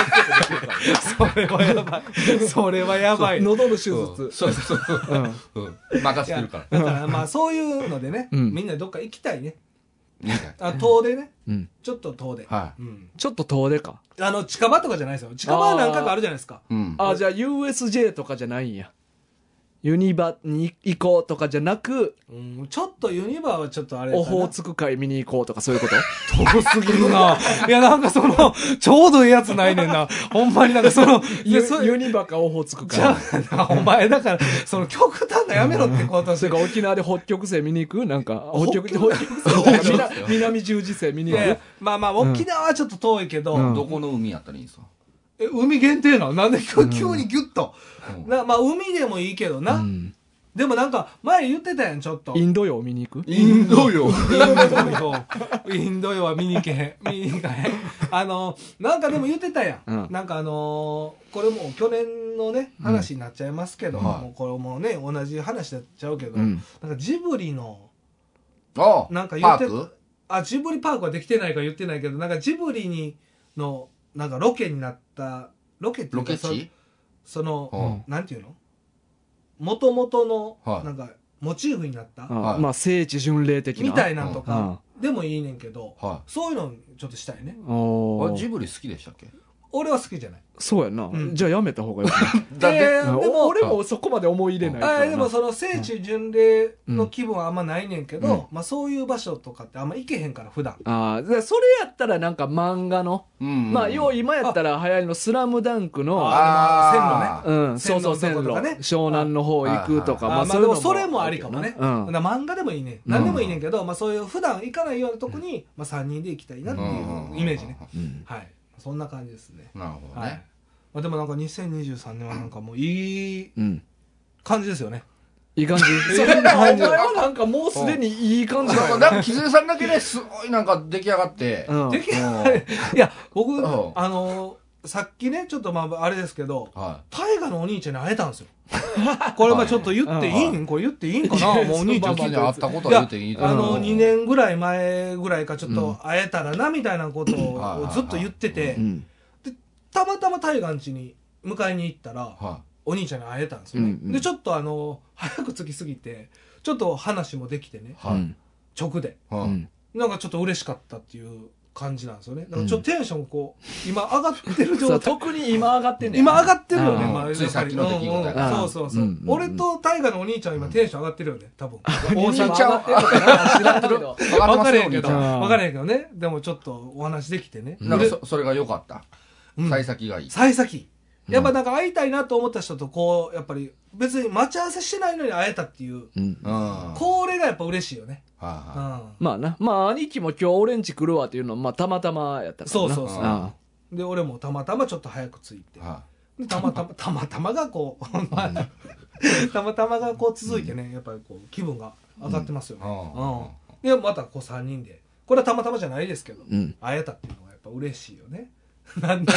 S4: それはやばい。それはやばい。
S5: る喉の手術
S3: うんそうそうそう。うん任せてるから。
S4: だからまあそういうのでね、
S2: うん
S4: みんなどっか行きたいね。
S3: いいね
S4: あ遠出ね。
S2: うん。
S4: ちょっと遠出。
S3: は
S4: うん。
S2: ちょっと遠出か。
S4: あの、近場とかじゃないですよ。近場は何回かあるじゃないですか。
S3: い。うん。
S2: あ、じゃあ USJ とかじゃないんや。ユニバに行こうとかじゃなく、
S4: うん。ちょっとユニバーはちょっとあれ
S2: オホーツク海見に行こうとかそういうこと
S4: 遠すぎるな。いや、なんかその、ちょうどいいやつないねんな。ほんまになんかその、いや、
S2: ユ
S4: そ
S2: ユ
S4: れ、
S2: ニバかオホーツク
S4: じゃ
S2: 海。
S4: あ *laughs* な、お前だから、その極端なやめろってこと
S2: そ
S4: し
S2: れ
S4: て。
S2: か沖縄で北極星見に行くなんか、北極、北極星
S3: 北
S2: なんか
S3: 極
S2: 南南十字星見
S4: い
S2: に行
S4: やいや
S2: く
S4: まあまあ、沖縄はちょっと遠いけど、
S2: うん
S3: どこの海やったらいいんですか
S4: え海限定なのなんで急急にギュッと、
S3: うん
S4: なまあ海でもいいけどな、
S2: うん
S4: でもなんか前言ってたやんちょっと
S2: インド洋見に行く
S3: インドよ。
S4: インド洋インド洋は見に行けへん見に行かへんあのなんかでも言ってたやん、
S2: うん
S4: なんかあのーこれもう去年のね話になっちゃいますけど、
S3: はい
S4: もうこれもね同じ話になっちゃうけど、
S2: うん
S4: なんかジブリの
S3: ああ
S4: なんか言
S3: パ
S4: って
S3: ーク
S4: あジブリパークはできてないから言ってないけどなんかジブリにのなんかロケになったロケってい
S3: ロ
S4: うか
S3: ケ
S4: そ
S3: 地
S4: その、
S3: うん
S4: なんていうのもともとの、
S3: はい
S4: なんか、モチーフになった、
S2: うん
S3: はい
S2: まあ聖地巡礼的な。
S4: みたいなんとか、でもいいねんけど、
S3: は
S4: そういうのちょっとしたいね。
S2: うん。お
S3: い。あ
S2: ー
S3: ジブリ好きでしたっけ
S4: 俺は好きじゃない。
S2: そうやんな
S4: うん。
S2: じゃあやめた方がよくない
S3: だって
S4: えー
S2: うん
S4: でも
S2: お俺もそこまで思い入れないから
S4: あ
S2: な。
S4: でもその聖地巡礼の気分はあんまないねんけど、
S3: うん
S4: まあそういう場所とかってあんま行けへんから、普段。
S2: ああ、でそれやったらなんか漫画の、
S3: うん
S2: まあ、よう今やったら流行りのスラムダンクの、
S3: あー
S4: あ
S2: う
S4: でも
S2: ん、そうそう、
S4: 線
S2: 線
S4: 路
S2: 路
S4: のとことかね、
S2: 湘南の方行くとか、
S4: あ
S2: ま
S4: ま
S2: あ、
S4: あ
S2: そうい
S4: で
S2: うの
S4: もそれもありかもね。
S2: う
S4: だ
S2: ん
S4: から漫画でもいいね。何でもいいねんけど、まあそういう普段行かないようなとこに、まあ3人で行きたいなっていうイメージね。。
S2: うん
S4: はい。そんな感じですね。
S3: なるほど
S4: は
S3: ね
S4: い。まあ、でもなんか2023年はなんかもういい
S2: うん。
S4: 感じですよね。
S2: いい感じ
S5: それなお前はなんかもうすでにいい感じ
S3: なん
S5: だ
S3: か、
S5: よ
S3: なんか、木津さんだけね、すごいなんか出来上がって。
S2: うん
S4: でき
S3: うん
S4: いや、僕、
S3: うん
S4: あのーさっきね、ちょっとまあ、あれですけど、
S3: は
S4: 大河のお兄ちゃんに会えたんですよ。 *laughs* これまあちょっと言っていいん、これ言っていいんかなもうお兄
S3: い。
S4: ちゃ
S3: ま
S4: ん
S3: あまあ
S4: 聞いてる
S3: ね、会ったこと
S4: い
S3: は
S4: や
S3: 言っていいと
S4: あ
S3: 思う
S4: の2。年ぐらい前ぐらいかちょっと会えたらなみたいなことをずっと言ってて
S2: うん。
S4: たまたま大河ん家に迎えに行ったら
S3: は
S4: お兄ちゃんに会えたんですよね、
S2: うんうん
S4: でちょっとあの早く着きすぎてちょっと話もできてね
S3: い。はい。
S2: うん
S4: 直で
S3: うん
S2: うん
S4: なんかちょっと嬉しかったっていう感じなんですよね。なんかちょっとテンションこう、今上がってる状態。
S5: 特に今上がってんねん
S4: 今上がってるよね、
S2: あー
S4: あ
S3: ついさっきの出来事や
S2: から
S4: うんうんそうそうそう。
S2: うんうんうん
S4: 俺と大河のお兄ちゃん今テンション上がってるよね、多分。
S5: お兄ちゃん上がってるのかな知らんけど
S3: 上がって
S4: 分
S3: ま
S4: か
S3: す
S4: れ
S3: よ
S4: へんけど、
S2: お兄ちゃん
S4: 分かれへんけどね。でもちょっとお話できてね。
S3: なんか
S4: で
S3: そそれが良かった。
S4: うん
S3: 幸先がいい。
S4: 幸先。やっぱなんか会いたいなと思った人とこう、やっぱり別に待ち合わせしてないのに会えたっていう、
S2: うん。
S3: うん。はい
S4: これがやっぱ嬉しいよね。う
S3: は
S4: ん。
S2: まあな。まあ、兄貴も今日オレンジ来るわっていうのは、まあ、たまたまやったからな。
S4: そうそう
S3: そう
S2: あ
S4: で、俺もたまたまちょっと早く着いて
S3: い。。は
S4: でたまたま、たまたまがこう、まあ *laughs* たまたまがこう続いてね、やっぱりこう気分が上がってますよね。うん。で、またこう3人で。これはたまたまじゃないですけど、
S2: うん
S4: 会えたっていうのがやっぱ嬉しいよね。 *laughs* なんだ
S3: い。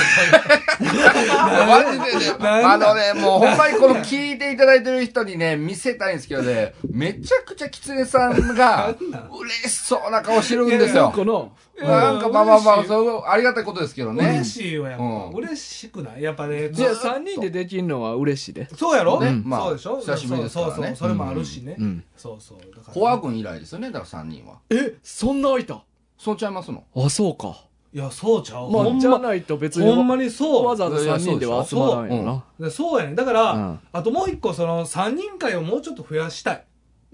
S3: マジでね、
S4: な
S3: あ
S4: ん
S3: の
S4: だ
S3: ね、もうほんまにこの聞いていただいてる人にね、見せたいんですけどね、めちゃくちゃキツネさんが
S4: なんなん
S3: 嬉しそうな顔してるんですよ
S2: あ。。この、
S4: いや
S3: なんかまあまあまあ、
S4: 嬉しいよ
S3: そう、ありがたいことですけどね
S4: 嬉。しいよ、やっぱ。
S3: うん
S4: 嬉しくないやっぱね、
S2: じゃあ3人でできるのは嬉しいで。
S4: そうやろ、
S3: ねまあ
S4: そうでしょ
S3: 久しぶりですからね
S4: そうそうそう、それもあるしね。
S2: うん。
S4: そうそう。だから
S3: コア軍以来ですよね、だから三人は。
S2: え、そんな開いた
S3: そうちゃいますの
S2: あ、そうか。
S4: いや、そうちゃう。
S2: ま
S4: ほ
S2: あ、
S4: ん
S2: じゃ
S4: ま、
S2: ないと別に。
S4: ほんまにそう。
S2: わざわざ3人では集まらんよな。
S4: でそうやね。だから、
S2: うん
S4: あともう一個、その、3人会をもうちょっと増やしたい。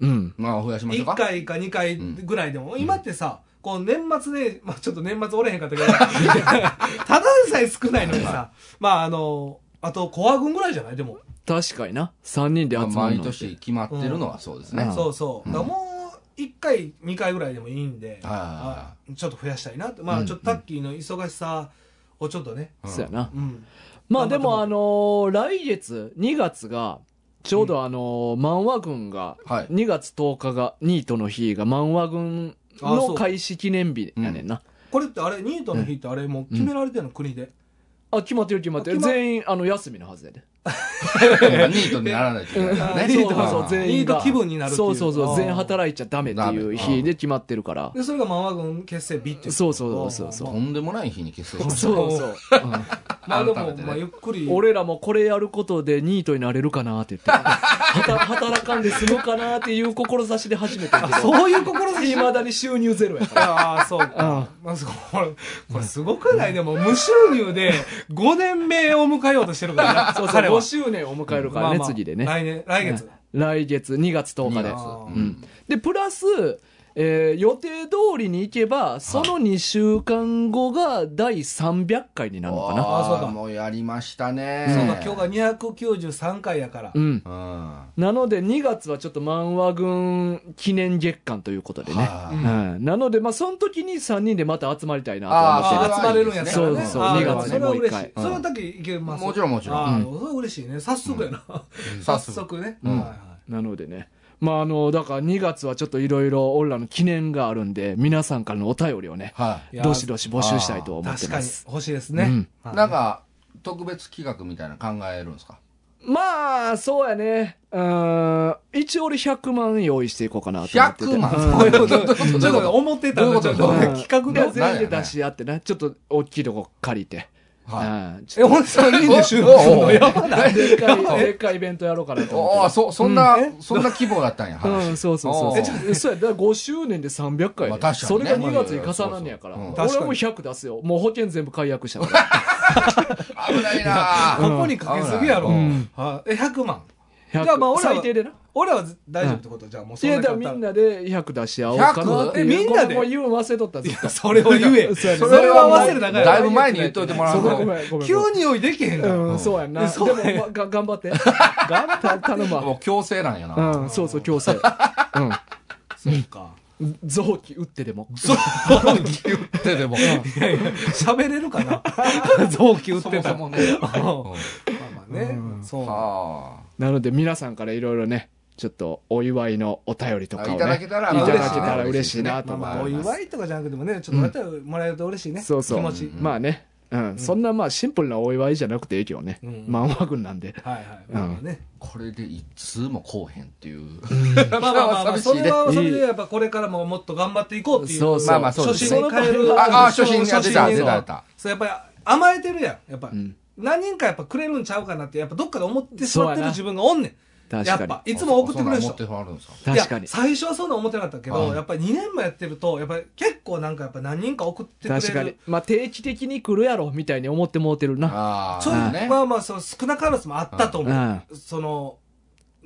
S2: うん。
S3: まあ、増やしましょう
S4: 1
S3: か。
S4: 回か2回ぐらいでも、今ってさ、こう年末で、まあちょっと年末おれへんかったけど、
S3: *laughs*
S4: ただでさえ少ないのにさ、まああの、あと、コア軍ぐらいじゃないでも。
S2: 確かにな。3人で
S3: ま
S2: 集
S3: あ
S2: まる
S3: 毎
S2: の。
S3: 年決まってるのはそうです
S2: う
S3: ね
S2: ん。
S4: そうそう。だからもう、1回、2回ぐらいでもいいんで、
S3: はい
S4: あちょっと増やしたいなって。ま
S2: う
S4: あ
S2: ん
S4: ちょっとタッキーの忙しさをちょっとね、
S3: うん
S2: そうやな。
S4: うん。
S2: まあでもあのー来月、2月が、ちょうどあのー漫画軍が、
S3: はい。
S2: 2月10日が、ニートの日が漫画軍
S4: あそ
S2: の
S4: う
S2: 開始記念日やねんな。
S4: これってあれ、ニートの日ってあれ、もう決められてるの、国で。
S2: あ、決まってる決まってる。
S4: あ決まっ
S2: 全員、あの、休みのはずやで。
S3: ニートにならないといけないからね。
S4: ニー
S2: そ
S4: ト
S2: うそうそう、
S3: あ
S2: 全員が。
S4: ニート気分になるっていう
S2: そうそう
S4: あ
S2: そ
S4: ー
S2: う、全員働いちゃダメってい
S3: ダ
S2: う
S3: メ
S2: 日で決まってるから。
S4: で、それが漫画軍結成日っていう。
S2: そうそうそうそう
S3: とんでもない日に結成しました。
S2: そうそう。
S4: まあで
S3: 改
S4: も、
S3: めてね
S4: まあゆっくり。
S2: 俺らもこれやることでニートになれるかなって言
S4: *laughs*
S2: って。働働かんで済むかなっていう志で始めたけど。
S4: そういう心で
S2: いまだに収入ゼロやから。
S4: ああ、そ
S3: *laughs*
S4: うか。まあ、そうこれ、これすごくないでも、無収入で5年目を迎えようとしてるから
S2: *laughs*
S4: な、
S2: そうそう、
S4: 彼
S2: 5
S4: は。
S2: 周年を迎えるからね、
S4: まあまあ
S2: 次でね。
S4: 来年、来月。
S2: 来月、2月10日で
S3: 2月。
S4: う
S2: うんで、プラス、えー予定通りに行けば、その2週間後が第300回になるのかな。
S4: あーそうか
S3: もうやりましたね。
S4: そうか、今日が293回やから
S2: う。ん。
S3: うん。は
S2: なので、2月はちょっと漫画軍記念月間ということでね。
S3: あ
S2: う
S4: うん
S2: ん、なので、まあ、その時に3人でまた集まりたいなと
S3: あ
S2: 思
S3: ー
S2: って
S3: あ
S2: る
S4: ああ、集まれるんやったらね。
S2: そうそう
S4: ああ
S2: 2月
S4: そ
S2: で
S4: れは
S2: もう一回
S4: 嬉しい。それはだけいけます。
S3: もちろんもちろん
S4: ああ、それは嬉しいね。早速やな。早速ね。
S3: うん
S4: はいはい
S2: なのでね。まあ、あの、だから2月はちょっといろいろ俺らの記念があるんで、皆さんからのお便りをね、
S3: はい。
S4: いや
S2: どしどし募集したいと思って
S4: 確か
S2: ま
S4: に
S2: す。
S4: 欲しいです
S2: う
S4: ね
S2: ん。
S4: はい
S3: なんか、特別企画みたいなの考えるんですか
S2: まあ、そうやね。うーん、一応俺100万用意していこうかなと思ってて。
S3: 100万
S2: うん
S4: ちょっとちょっと思ってた
S3: どういう
S4: の
S3: こと
S4: ちょっと
S3: どういう
S2: こと
S4: 企画
S2: で
S4: で
S2: 全員で出し合ってね、ちょっと大きいとこ借りて。
S3: は
S2: うんち
S4: え、
S2: ょっ
S4: ほんと3人で収録するの
S3: おお。
S4: やば
S2: と
S4: ない。
S2: でっかい、でっかいイベントやろうかないと
S3: お
S2: 思
S3: お、
S2: って
S3: そ、そんな
S4: うんえ、
S3: そんな規模だったんや、
S2: る。
S3: 話。
S2: うん、そうそう
S3: お
S2: そう
S3: ー
S2: そう。そうや、だから5周年で300回やで
S3: まあ確かにね
S2: それが2月に重なんねやから。
S3: うん
S2: 俺はもう100出すよ。もう保険全部解約したから。
S3: 危ないな
S4: ここにかけすぎやろ。
S3: う
S4: うん
S3: ん
S4: はいえ、100万。
S3: *laughs*
S2: 100
S4: じゃあまあ俺らは
S2: 最低でな。
S4: 俺らは大丈夫ってことじゃあもう
S2: い
S4: そん
S2: や、
S4: な
S2: だから
S4: に
S2: み
S4: 買っ
S2: ん
S4: たら
S2: なで100出し合おうかなっていう。
S4: えみんな
S2: こ
S4: で
S2: れもう言うの忘れとったんですよ。
S4: *laughs* それを言え。
S2: そうやね
S4: それは忘れなあかんや
S3: だい
S4: ろ
S3: ぶ前に言っといてもら
S2: そうこご
S3: と。
S2: めん、ごめん。
S4: 急に用意できへんから。
S2: うん、そうやんな。でも、まあが頑張って。頑張って、頼む
S3: も
S2: わ
S3: う。強制なん *laughs* やな。
S2: うん、そうそう、強制。
S4: そうか。
S2: うん。臓器打ってでも。
S3: 言ってでも。
S4: いやいや喋れるか
S2: *laughs*
S4: な臓器売っ
S3: そ
S4: て
S3: も
S4: た
S3: そ
S4: ら。
S3: も
S4: ま
S3: ね。
S4: あま
S3: う
S4: あね。そう。
S3: んは
S2: なので、皆さんからいろいろね、ちょっとお祝いのお便りとかをね。
S3: いただけたら
S2: いただ
S4: 嬉し
S2: け
S4: いね
S2: たら嬉しいなと
S4: まあ
S2: 思
S4: まあ、お
S2: います。
S4: 祝いとかじゃなくてもね、ちょっとまたもらえると嬉しいね。
S2: そうそう。
S4: 気持ち。
S2: まあね。うん、そんなまあシンプルなお祝いじゃなくていいけどね。
S4: うん
S2: まあ、マン軍なんで。
S4: はいはい。まあまあね。
S3: あこれで一通もこうへんって *laughs* いう。
S4: まあまあまあまあ、
S3: 寂し
S4: そ
S3: い
S4: れ
S3: ね
S4: はそれでやっぱこれからももっと頑張っていこうっていう。
S2: そうそう
S3: まあまあそうで
S4: 初
S3: す
S4: 心
S3: ね。
S4: に変える。
S3: ああ初心に出た
S4: 初
S3: 出
S4: 心
S3: た出た
S4: そう、やっぱり甘えてるやん。やっぱ
S2: ん
S4: 何人かやっぱくれるんちゃうかなって、やっぱどっかで思ってし
S2: そ
S4: まっ
S2: うや
S4: てる
S2: な
S4: 自分がおんねん。
S2: 確
S4: や
S2: か
S4: っ
S2: に
S4: ぱいつも送ってくれるでし
S3: そ
S4: ょ
S3: んなん思ってはるんですか
S2: 確か
S4: いや
S2: に
S4: 最初はそんな思ってなかったけど、
S3: はい
S4: やっぱり2年もやってるとやっぱり結構なんかやっぱ何人か送ってくれる
S2: 確かにまあ定期的に来るやろみたいに思ってもうてるな
S3: ああ
S4: ちょい
S2: は
S3: ね。
S4: ま
S3: ま
S4: あまあその少なからずもあったと思う、
S2: うん
S4: その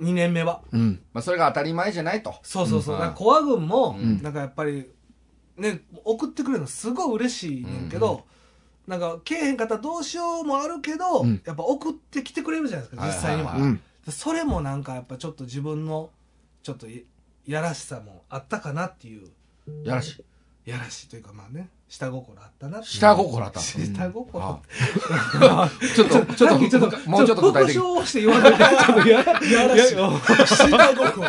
S4: 2年目は
S2: うん
S3: あ、それが当たり前じゃないと。
S4: そうそうそう、
S3: うん
S4: なんかコア軍も、
S2: うん
S4: なんかやっぱりね送ってくれるのすごい嬉しいねんけど、なんかけえへんかったらどうしようもあるけど、
S2: うん
S4: やっぱ送ってきてくれるじゃないですか実際には,、
S3: はいはい
S2: うん
S4: それもなんかやっぱちょっと自分のちょっといいやらしさもあったかなっていう
S3: やらしい。
S4: やらしいというかまあね下心あったなっていう
S3: 下心あったんです
S4: *laughs* 下心
S3: ああちょっと、 *laughs* ちょっと、もうちょっと具体的
S4: 復
S3: に。
S4: 唱して言わないで、ちょっとややら
S3: *laughs*
S4: しい。下心。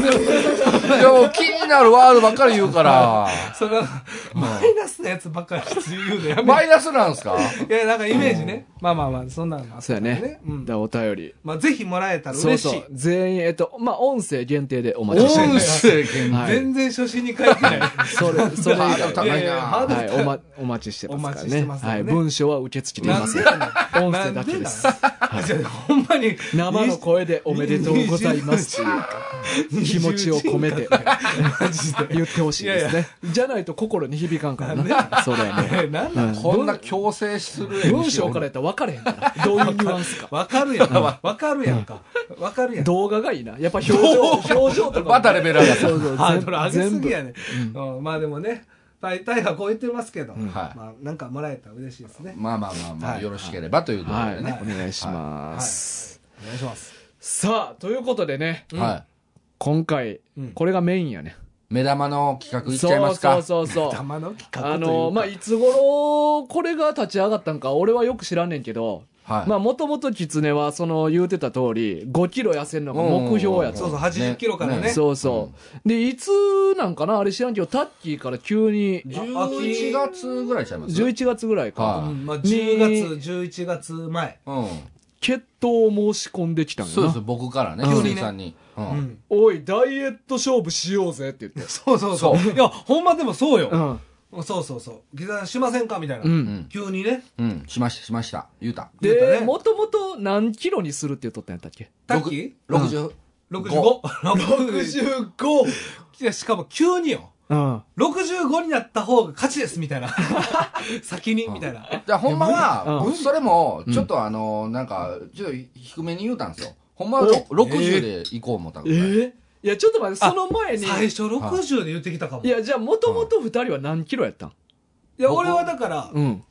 S3: いや、もう気になるワードばっかり言う *laughs* から。
S4: それは、マイナスなやつばっかり言うのやめ
S3: マイナスなんですか
S4: いや、なんかイメージね。まあまあまあ、そんなのもあった
S2: そう
S4: か
S2: や
S4: ら
S2: ね
S4: うん
S2: だからお便り
S4: まあ、ぜひもらえたら
S2: そう
S4: 嬉し
S2: そ
S4: い。
S2: う全員えっとまあ音声限定でお
S3: 音
S2: 待ちしております
S3: 声限
S2: はい
S4: 全然初心に書いてない。
S2: それそれ以
S3: ハードル
S2: 外
S3: 高
S2: はい
S4: いやいや
S3: な
S4: ハードル
S2: はいおまお待ちしてますから
S4: お待ちし
S2: ね
S4: てますから
S2: は
S4: ね
S2: い文章は受け付けてい
S4: な
S2: ま
S4: ん
S2: せ
S4: で
S2: ん
S4: やねん
S2: 音声だけです
S4: なんでなんじゃあほんまに。
S2: 生の声でおめでとうございますっていう気持ちを込めて
S4: マジで。
S2: 言ってほしいです
S4: いや
S2: ねじゃないと心に響かんからなそれはね
S4: えなんなん
S3: こんな強制する
S2: 文章からやったら分かれへんからどういうニュアンスか
S4: わかるやん。わかるやんか。わかるやん。
S2: 動画がいいなやっぱ表情表情とかも
S3: またレベル上がった
S2: そうそう
S4: ハードル上げ
S2: 全
S4: すぎ
S2: 部
S4: やね。うんまあでもね、大体はこう言ってますけど、
S3: んはい
S4: まあなんかもらえたら嬉しいですね。
S3: *laughs* まあまあまあま
S4: は
S3: あ、
S4: い
S3: よろしければということ
S2: は
S3: で
S2: い
S3: ね。
S2: お願いします
S4: お願いします。
S2: さあということでね
S3: は
S2: 今回
S4: うん
S2: これがメインやね
S3: い。目玉の企画いっちゃい
S2: そ
S3: ま
S2: う
S3: す
S2: そう
S3: か
S2: そうそう
S4: 玉の企画というか。
S2: あのまあいつ頃これが立ち上がったんか俺はよく知らんねんけど
S3: はい
S2: まあもともとキツネはその言うてた通り5キロ痩せるのが目標や
S4: そ
S2: と
S4: うそう80キロからね
S2: そうそうでいつなんかなあれ知らんけどタッキーから急に
S3: 11月ぐらいちゃいます
S2: 11月ぐらい
S3: は
S2: か
S4: うんまあ、
S2: に
S4: 10月、11月前。
S3: うん。
S2: 決闘を申し込んできたんや
S3: そうです、
S2: な
S3: 僕からね、
S2: うん
S3: キスネさんに。うん
S4: うん。
S2: おいダイエット勝負しようぜって言って
S4: そうそうそう。いや、ほんまでもそう
S2: う
S4: よ。
S2: ん
S4: そうそうそう。下山しませんかみたいな
S2: う。ん
S3: ん
S4: 急にね。
S3: うん、しました、しました。言うた。
S4: 言うた
S2: で
S4: ね
S2: もともと何キロにするって言っとったんやったっけ
S4: タッキー
S3: 六十
S4: 六十五。65! いや、しかも急によ。
S2: うん
S4: 65になった方が勝ちですみたいな。 *laughs* 先にみたいな。
S3: じゃあ、ほんまは、
S2: うん
S3: 僕それも、ちょっとあの、なんか、ちょっと低めに言うたんですよ。ほんまはろ60で行こう思ったの
S2: ええいやちょっと待ってその前に
S4: 最初60で言ってきたかも。
S2: い
S4: いや、
S2: やじゃあもともと2人は何キロやったん
S4: 俺はだから、
S2: うん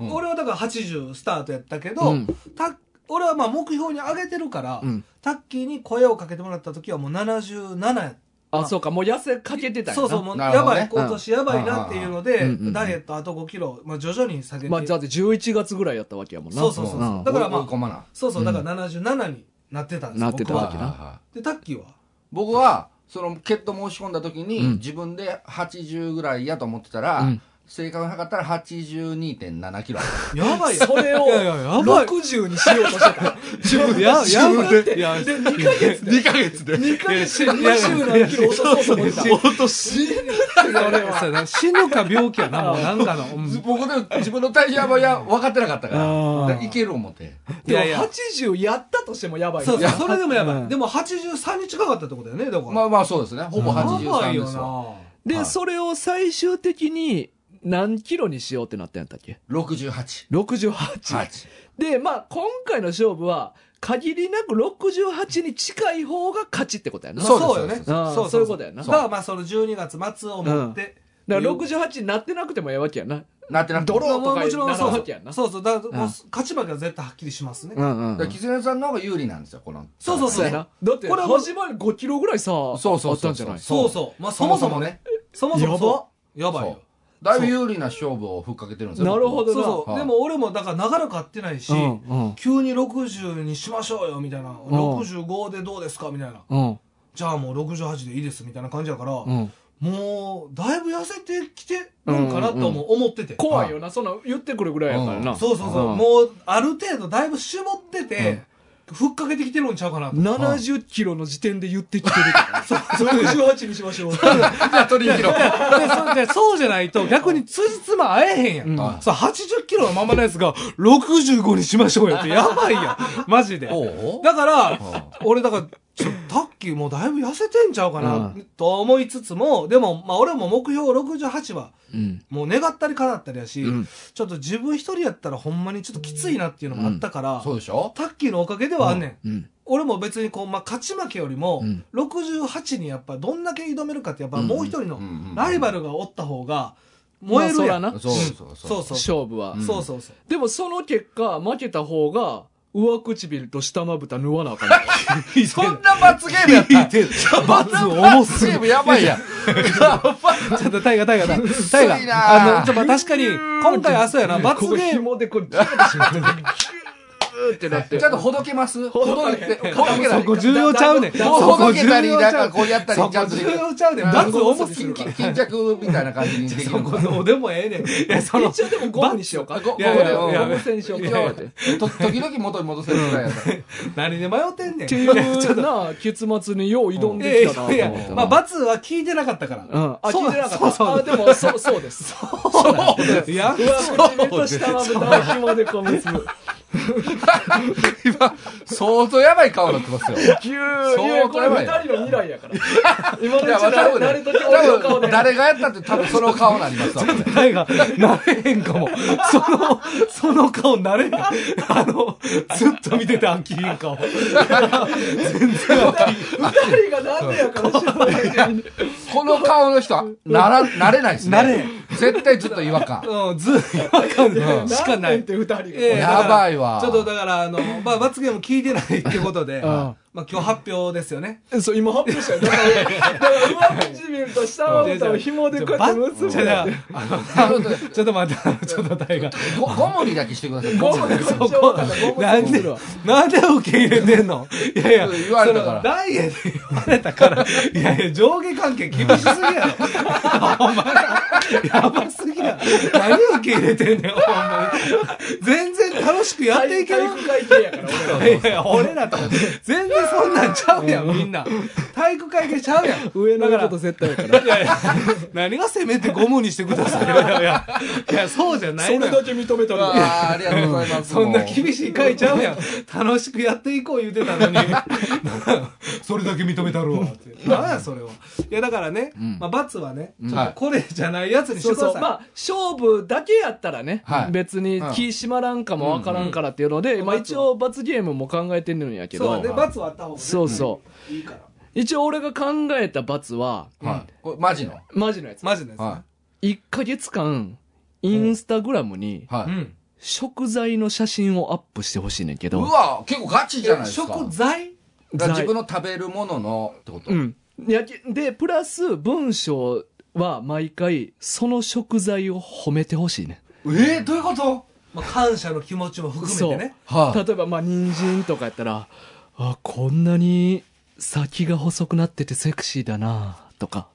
S3: うん
S4: 俺はだから80スタートやったけ
S2: う
S4: ど
S2: ん、
S4: た俺はまあ目標に上げてるから
S2: うん、
S4: タッキーに声をかけてもらった時はもう77やった。
S2: あそうかもう痩せかけてたんや
S4: そう
S2: な
S4: そう、もう、
S3: なる
S4: や
S3: ほど
S4: ば
S3: ね
S4: い、今年やばいなっていうので
S2: うんうんうん、
S4: ダイエットあと5キロ、まあ徐々に下げて。
S2: まあだって11月ぐらいやったわけやもんな
S4: そうそうそう
S2: う
S4: そ
S2: ん
S4: う。だからま
S3: 追い込まな
S4: あ、そうそう、だから77になってたんです
S2: なってた
S4: 僕
S2: わ
S4: は
S2: けな
S3: はいはいはい
S4: で、タッキーは
S3: 僕は、その、ケット申し込んだ時に、
S2: うん
S3: 自分で80ぐらいやと思ってたら、
S2: うん
S3: 正確に測ったら82.7キロ。
S4: やば
S2: *laughs*
S4: いよ。
S2: それを
S4: いやいややばい
S2: 60にしようとしてた
S4: 自分で、や、やばい。いや、いや、
S2: 2ヶ月
S3: 2ヶ月で。
S2: 2ヶ月で70何キロ落とそうと思ってた
S3: と死ぬ。
S4: そうやな死ぬか病気やな、もうなんかの。うん
S3: 僕で自分の体重はや分かってなかったから、
S2: あー
S3: だからいける思って。
S4: いやい
S2: で
S4: や
S2: も80やったとしてもやばい
S4: そうそう、
S2: や
S4: それでもやば
S2: うん
S4: い。でも83に近かったってことだよね、だから。
S3: まあまあそうですね。ほぼ
S4: やばい
S3: 83
S4: よ
S3: ですわ。
S4: な。
S2: で、
S3: はい
S2: それを最終的に何キロにしようってなったんやったっけ
S3: 68。
S2: 68、
S3: 8。
S2: でまあ今回の勝負は限りなく68に近い方が勝ちってことやな
S4: まあそう
S3: そう
S4: よ
S3: で
S4: ね。
S3: す
S2: そうですああそういうことやな
S4: だからまあ、その12月末をもって。
S2: だから68になってなくてもええわけやな
S3: なってなくて
S2: ドロー
S4: まあもちろ
S2: とかにな
S4: ん
S2: る
S4: そ
S2: わけやな
S4: うそうそうだからも
S2: うん
S4: う勝ち負けは絶対はっきりしますね、
S2: んうん
S3: だからキツネさんの方が有利なんですよ、この。
S4: そうそう
S2: そうやなだって
S4: これはもう
S2: 始まり5キロぐらいさあ
S3: そうそうそうそう
S2: ったんじゃない
S4: そうそうまあそもそもねそもそもそうやばいよ
S3: そうだいぶ有利な勝負をふっかけてるんですよ。
S2: なるほ
S3: 僕
S2: ど
S4: そう
S2: な
S4: そう、
S3: はい
S4: でも俺もだから長らく会ってないし、
S2: うんうん
S4: 急に60にしましょうよみたいな、65でどうですかみたいな
S2: うん
S4: じゃあもう68でいいですみたいな感じやから、
S2: うん
S4: もうだいぶ痩せてきてるんかなとも思ってて、
S2: 怖いよなそんなん言ってくるぐらいやからな
S4: そうそうそう、
S2: ん
S4: もうある程度だいぶ絞ってて、ふっかけてきてるんちゃうかなと
S2: 70キロの時点で言ってきてるから。
S4: 68にしましょう
S3: じゃあ取り切ろう。
S4: でそでそうじゃないと逆につじつま合えへんやん、
S2: うん
S4: そう80キロのままのやつが65にしましょうよ
S3: *laughs*
S4: ってやばいやんマジで
S3: *laughs* おう
S4: だから
S3: あ
S4: 俺だからちょタッキーもうだいぶ痩せてんちゃうかな、
S2: う
S4: と思いつつもでもまあ俺も目標68は
S2: うん。
S4: もう願ったり叶ったりやし、
S2: うん
S4: ちょっと自分一人やったらほんまにちょっときついなっていうのもあったから、
S3: そうでしょ
S4: タッキーのおかげではあんねん、
S2: うん。
S4: 俺も別にこう、まあ、勝ち負けよりも、
S2: うん
S4: 68にやっぱどんだけ挑めるかってやっぱもう一人の
S3: うんうん
S4: ライバルがおった方が燃えるやん、
S2: まあ
S3: そ
S2: そ
S3: うそう
S4: そ
S3: そうう。
S4: そうそう
S2: 勝負は。
S3: ん
S4: そうそうそう
S2: でもその結果、負けた方が、上唇と下まぶた縫わなあかんの。
S3: そんな罰ゲームやった
S4: てる罰重
S3: 罰
S4: すぎ
S3: ゲ
S4: る
S3: ームやばいやん。
S4: *laughs* ちょっと大河大河大
S3: いな
S4: 河あのちょまあ確かに今回はそうやな罰
S2: ここ
S4: ゲーム
S2: 紐でこう、ギューってしまって、ギューってなって。
S3: ちょっとほどけますほどけ、ほどけた
S4: そ
S3: り。
S4: こ重要ちゃうねん
S3: ほどけたり、
S4: そ
S3: なん
S4: こ重要ちゃう
S3: かこうやった
S4: そ
S3: り、
S4: こ
S3: ちゃんと
S4: 重。要ちゃうねん罰重すぎ
S3: 巾
S4: るから
S3: 巾着みたいな感じにできる
S4: そ
S3: の
S4: こ
S3: かな。
S4: どうでもええねんいやその
S2: 一応でもゴムにしようか。
S3: ご
S4: いやい
S3: *laughs*
S4: や
S3: ごめん
S4: や
S2: ゴ
S4: め
S2: ム線にしよう
S3: 一
S2: か
S3: 応。と時々元に戻せるぐらいやから。
S4: 何で迷ってんねん
S2: っていうな、結末によう挑ん
S4: い
S2: で
S4: や
S2: き
S4: い
S2: たな
S4: や
S2: と
S4: い
S2: 思っ
S4: や
S2: た、
S4: まあ、
S2: な。
S4: 罰は聞いてなかったから。
S2: うん。あ、聞いてなかった。
S4: そうそう
S2: あ、でも、そう、そうです。
S4: いや、
S2: 上唇と下まぶたを紐でこう結ぶ。
S3: 今、相当やばい顔になってますよ。
S2: ぎゅー
S3: 相当
S2: いやこれ
S3: やば
S2: 二
S3: い
S2: 人の未来やから。今のう
S3: い
S2: ち
S3: や、まあ多
S2: 慣
S3: 分
S2: れ慣れ
S3: ね
S2: とけ、俺の顔
S3: 多分
S2: で。
S3: 誰がやったって多分その顔になりますわ。これ
S4: 誰が、なれへんかも。その、その顔なれへん。あの、ずっと見てた、アキー顔。
S2: 二人がなんでやから知らないけど。
S3: この顔の人は、なら、なれないですね。
S4: なれへん
S3: 絶対ずっと違和感。
S4: うん、ずっと違和感
S3: うん
S4: しかな
S2: っ
S4: い。
S2: て二人が。
S4: ええ
S3: やばいわ
S4: ちょっとだから、
S2: *laughs*
S4: あの、まあ、罰ゲーム聞いてないってことで、まあ、今日発表ですよね。
S2: そう、今発表した *laughs* よ。だから、だから上唇と下まぶたを紐でこうやって結ぶ。
S4: じゃあじゃああのちょっと待って、ちょっと大河。
S3: ごゴムにだけしてください。ゴ
S2: ゴ
S3: ム
S2: ム
S3: に
S2: で
S3: そ
S2: こ
S3: う
S2: っちをだからゴム
S4: な
S2: で
S4: ん
S2: こうす
S4: で
S2: るわ。、
S4: なんで受け入れてんのいやいや、
S3: 言われたから。
S4: ダイエット言われたから、いやいや、上下関係厳しすぎやろ。お前、やばすぎやろ。何受け入れてんねん、ほんまに。全然楽しくやっていける。
S2: 体育会系やから、俺ら。
S4: いやいや、俺らと、全然そんなんちゃうやん、みんな。体育会系ちゃうやん。
S2: 上の
S4: だ
S2: 言
S4: か
S2: うこと
S4: ら
S2: 絶対やから。
S4: いやいや、何がせめてゴムにしてくださいよ。いやいや、いやそうじゃないのよ
S2: け認めた
S3: うわありがとうございます。
S4: そんな
S3: もう
S4: 厳しい会ちゃうやん。楽しくやっていこう言うてたのに。それだけ認めたろうって。なんやそれは。いやだからね、まあ罰はね、ちょっとこれじゃないやつに
S2: *laughs*
S4: し
S2: そ
S4: て
S2: う
S4: くだ
S2: そ
S4: さ
S2: う。
S4: い。
S2: まあ、勝負だけやったらね、
S3: はい
S2: 別に気締まらんかもわからんからっていうので、
S4: ん
S2: まあ一応罰ゲームも考えてるんやけ
S4: そ
S2: ど、
S4: うね、罰はあった方が、ね、。
S2: そうそう
S4: いいから。
S2: 一応俺が考えた罰は、
S3: はい。これマジの。は
S2: マジのやつ。
S4: マジです、ね
S2: 1ヶ月間、インスタグラムに
S3: い。は
S4: う
S3: い。
S4: ん。
S2: 食材の写真をアップしてほしいねんけ
S3: う
S2: ど、
S3: わ結構ガチじゃないですか。
S4: 食材
S3: だから自分の食べるもののってこと。
S2: うん。やけで、プラス文章は毎回、その食材を褒めてほしいね。
S3: えーどういうこと
S4: まあ感謝の気持ちも含めてね。
S3: は
S2: 例えば、まあ、人参とかやったら、あ、こんなに先が細くなっててセクシーだなとか、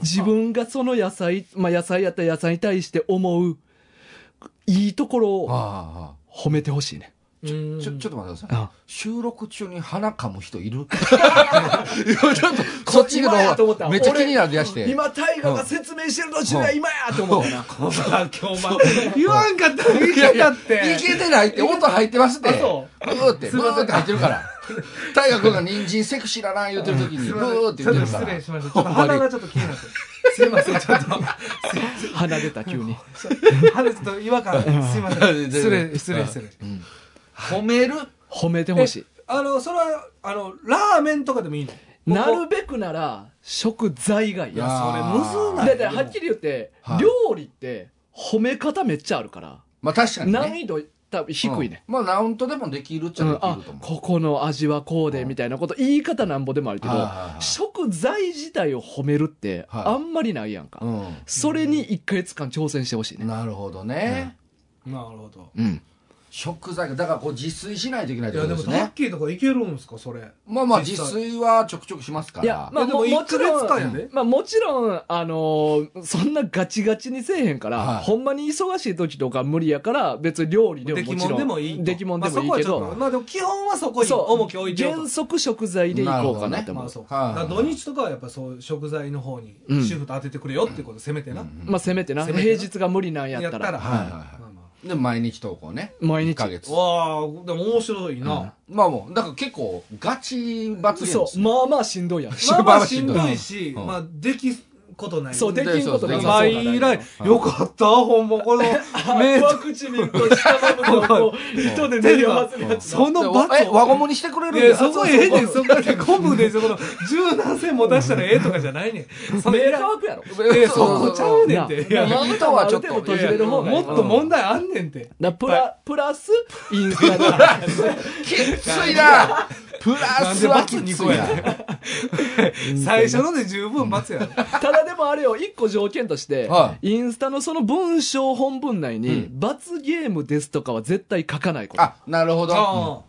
S2: 自分がその野菜、まあ、野菜やったら野菜に対して思う、いいところ
S3: い。
S2: を
S3: あ
S2: 褒めてほしいね。
S4: ちょ
S3: あ。ちょ、ちょ
S4: っ
S3: っと待ってください。
S2: あ
S3: 収録中に鼻噛む人いる *laughs* いやちょっと、そっちの
S2: 今やと思
S3: 方
S2: っ
S3: が
S2: た
S3: めっちゃ気になるやして。
S2: 今、大河が説明してる途中
S3: うん
S2: は今やと思ったな。
S4: と、今日お前、言わんかったらいい
S3: いやい
S4: だ
S3: や、い
S4: って。
S3: けてないって、音入ってますって。
S4: あそ
S3: ブーって、ブーって入ってるから。大河君が人参セクシーだな言うてる時に、
S4: すい
S3: ブ
S4: ません
S3: ーって言ってる
S4: ち
S3: か
S4: ょっと失
S3: ら。
S4: 礼しました。ちょっと鼻がちょっと気になって。すいません、ちょっと。
S2: 鼻出た、急に。
S4: 話すと違和感すいません失礼失礼失礼
S3: うん褒める
S2: 褒めてほしい。
S4: あのそれはあのラーメンとかでもいいの
S2: なるべくなら、食材がいい。
S3: いや
S2: だ
S4: それむず
S3: あ
S4: ない
S2: っ
S4: で
S2: て、
S4: も
S2: はっきり言って
S3: はい、
S2: 料理って、褒め方めっちゃあるから、
S3: まあ確かにね。
S2: 難易度多分低いね。
S3: うん。まあラウンドでもできるっちゃ
S2: う
S3: で
S2: ん
S3: き
S2: あ
S3: ると思う。
S2: ここの味はこうでみたいなこと言い方なんぼでもあるけど
S3: はいはいはい
S2: 食材自体を褒めるって
S3: はい
S2: あんまりないやんか、
S3: う
S2: それに1ヶ月間挑戦してほしい
S3: ん。
S2: ね、
S3: なるほどね。
S4: なるほど
S2: うん、
S3: 食材がだからこう自炊しないといけないっ
S4: い
S3: てこ
S4: や
S3: とで
S4: でも
S3: す
S4: タッ
S3: ね
S4: キーとかいけるんですかそれ
S3: まあまあ
S4: 実
S3: 自
S4: 際
S3: 炊はちょくちょくしますか
S2: いや
S3: ら、
S2: まあ
S4: いやで
S2: も
S4: も
S2: もちろん
S4: 1ヶ月間やで
S2: まあもちろん、あのーそんなガチガチにせえへんから、
S3: はい
S2: ほんまに忙しい時とか無理やから、別に料理でも
S4: で
S2: も
S4: き
S2: ち
S4: も
S2: ろん。
S4: んでもいいと
S2: できもんでもいいけど。
S4: まあそこはちょっとまあでも基本はそこに
S2: そう
S4: 重きを置いてようと
S2: 原則食材でいこうかなって思
S4: ま
S2: う。
S4: あそう
S3: はい
S4: だから土日とかはやっぱそう食材の方に
S2: うん
S4: シフト当ててくれよってことせめてな、
S2: まあせめてな、
S4: せめてな
S2: 平日が無理なんや
S4: や
S2: っ
S4: った
S2: たら。
S4: ら
S3: はいはい
S4: ま
S3: は
S4: あま
S3: いで毎日投稿ね
S2: 毎日
S3: 1ヶ月
S4: あわあでも面白いな、
S3: まあもうだから結構ガチ罰ゲーム
S2: そ
S3: です
S2: う、
S3: ね
S2: まあまあしんどいやん。
S4: まあまあし
S3: し
S4: ん
S3: ん
S4: ど
S3: どい
S4: いし、
S3: うん
S4: まあできことない
S2: そう、できんこと
S3: で
S2: が
S3: きん
S2: ま
S3: ことが
S2: あそうだ
S4: 毎
S2: ね
S4: 以来よかったほんまこのメー
S2: ワクチンと下の部分をこう人で練り合わせるやつ。
S4: そのバ
S3: え
S4: ッ
S3: 輪ゴムにしてくれるん
S4: いや、
S3: です
S4: そこええねん、そこで、昆布で、そこの、十何千も出したらええとかじゃないね
S2: *laughs*
S4: ん。そ
S2: メ
S4: れ
S2: ー
S4: い
S2: カ
S4: ら
S2: ー
S4: ん
S2: 枠やろ。
S4: いや、そこちゃうねんって。いや、い
S2: な
S3: 糸はちょっと
S2: ある程度閉じれる方がいい
S4: もっと問題あんねんって。
S2: だプラ、プラス、インスタだから。
S3: きっついなプ
S4: な
S3: ラ
S4: ん
S3: ス
S4: で
S3: は
S4: 罰
S3: きっ
S4: 2
S3: つ
S4: 個
S3: い
S4: や *laughs*
S3: な
S4: ねん。最初ので十分罰やろ。
S2: ただでもあれよ、一個条件として、
S3: は
S2: インスタのその文章本文内に、
S3: う
S2: 罰ゲームですとかは絶対書かないこと。
S3: あなるほど
S4: あ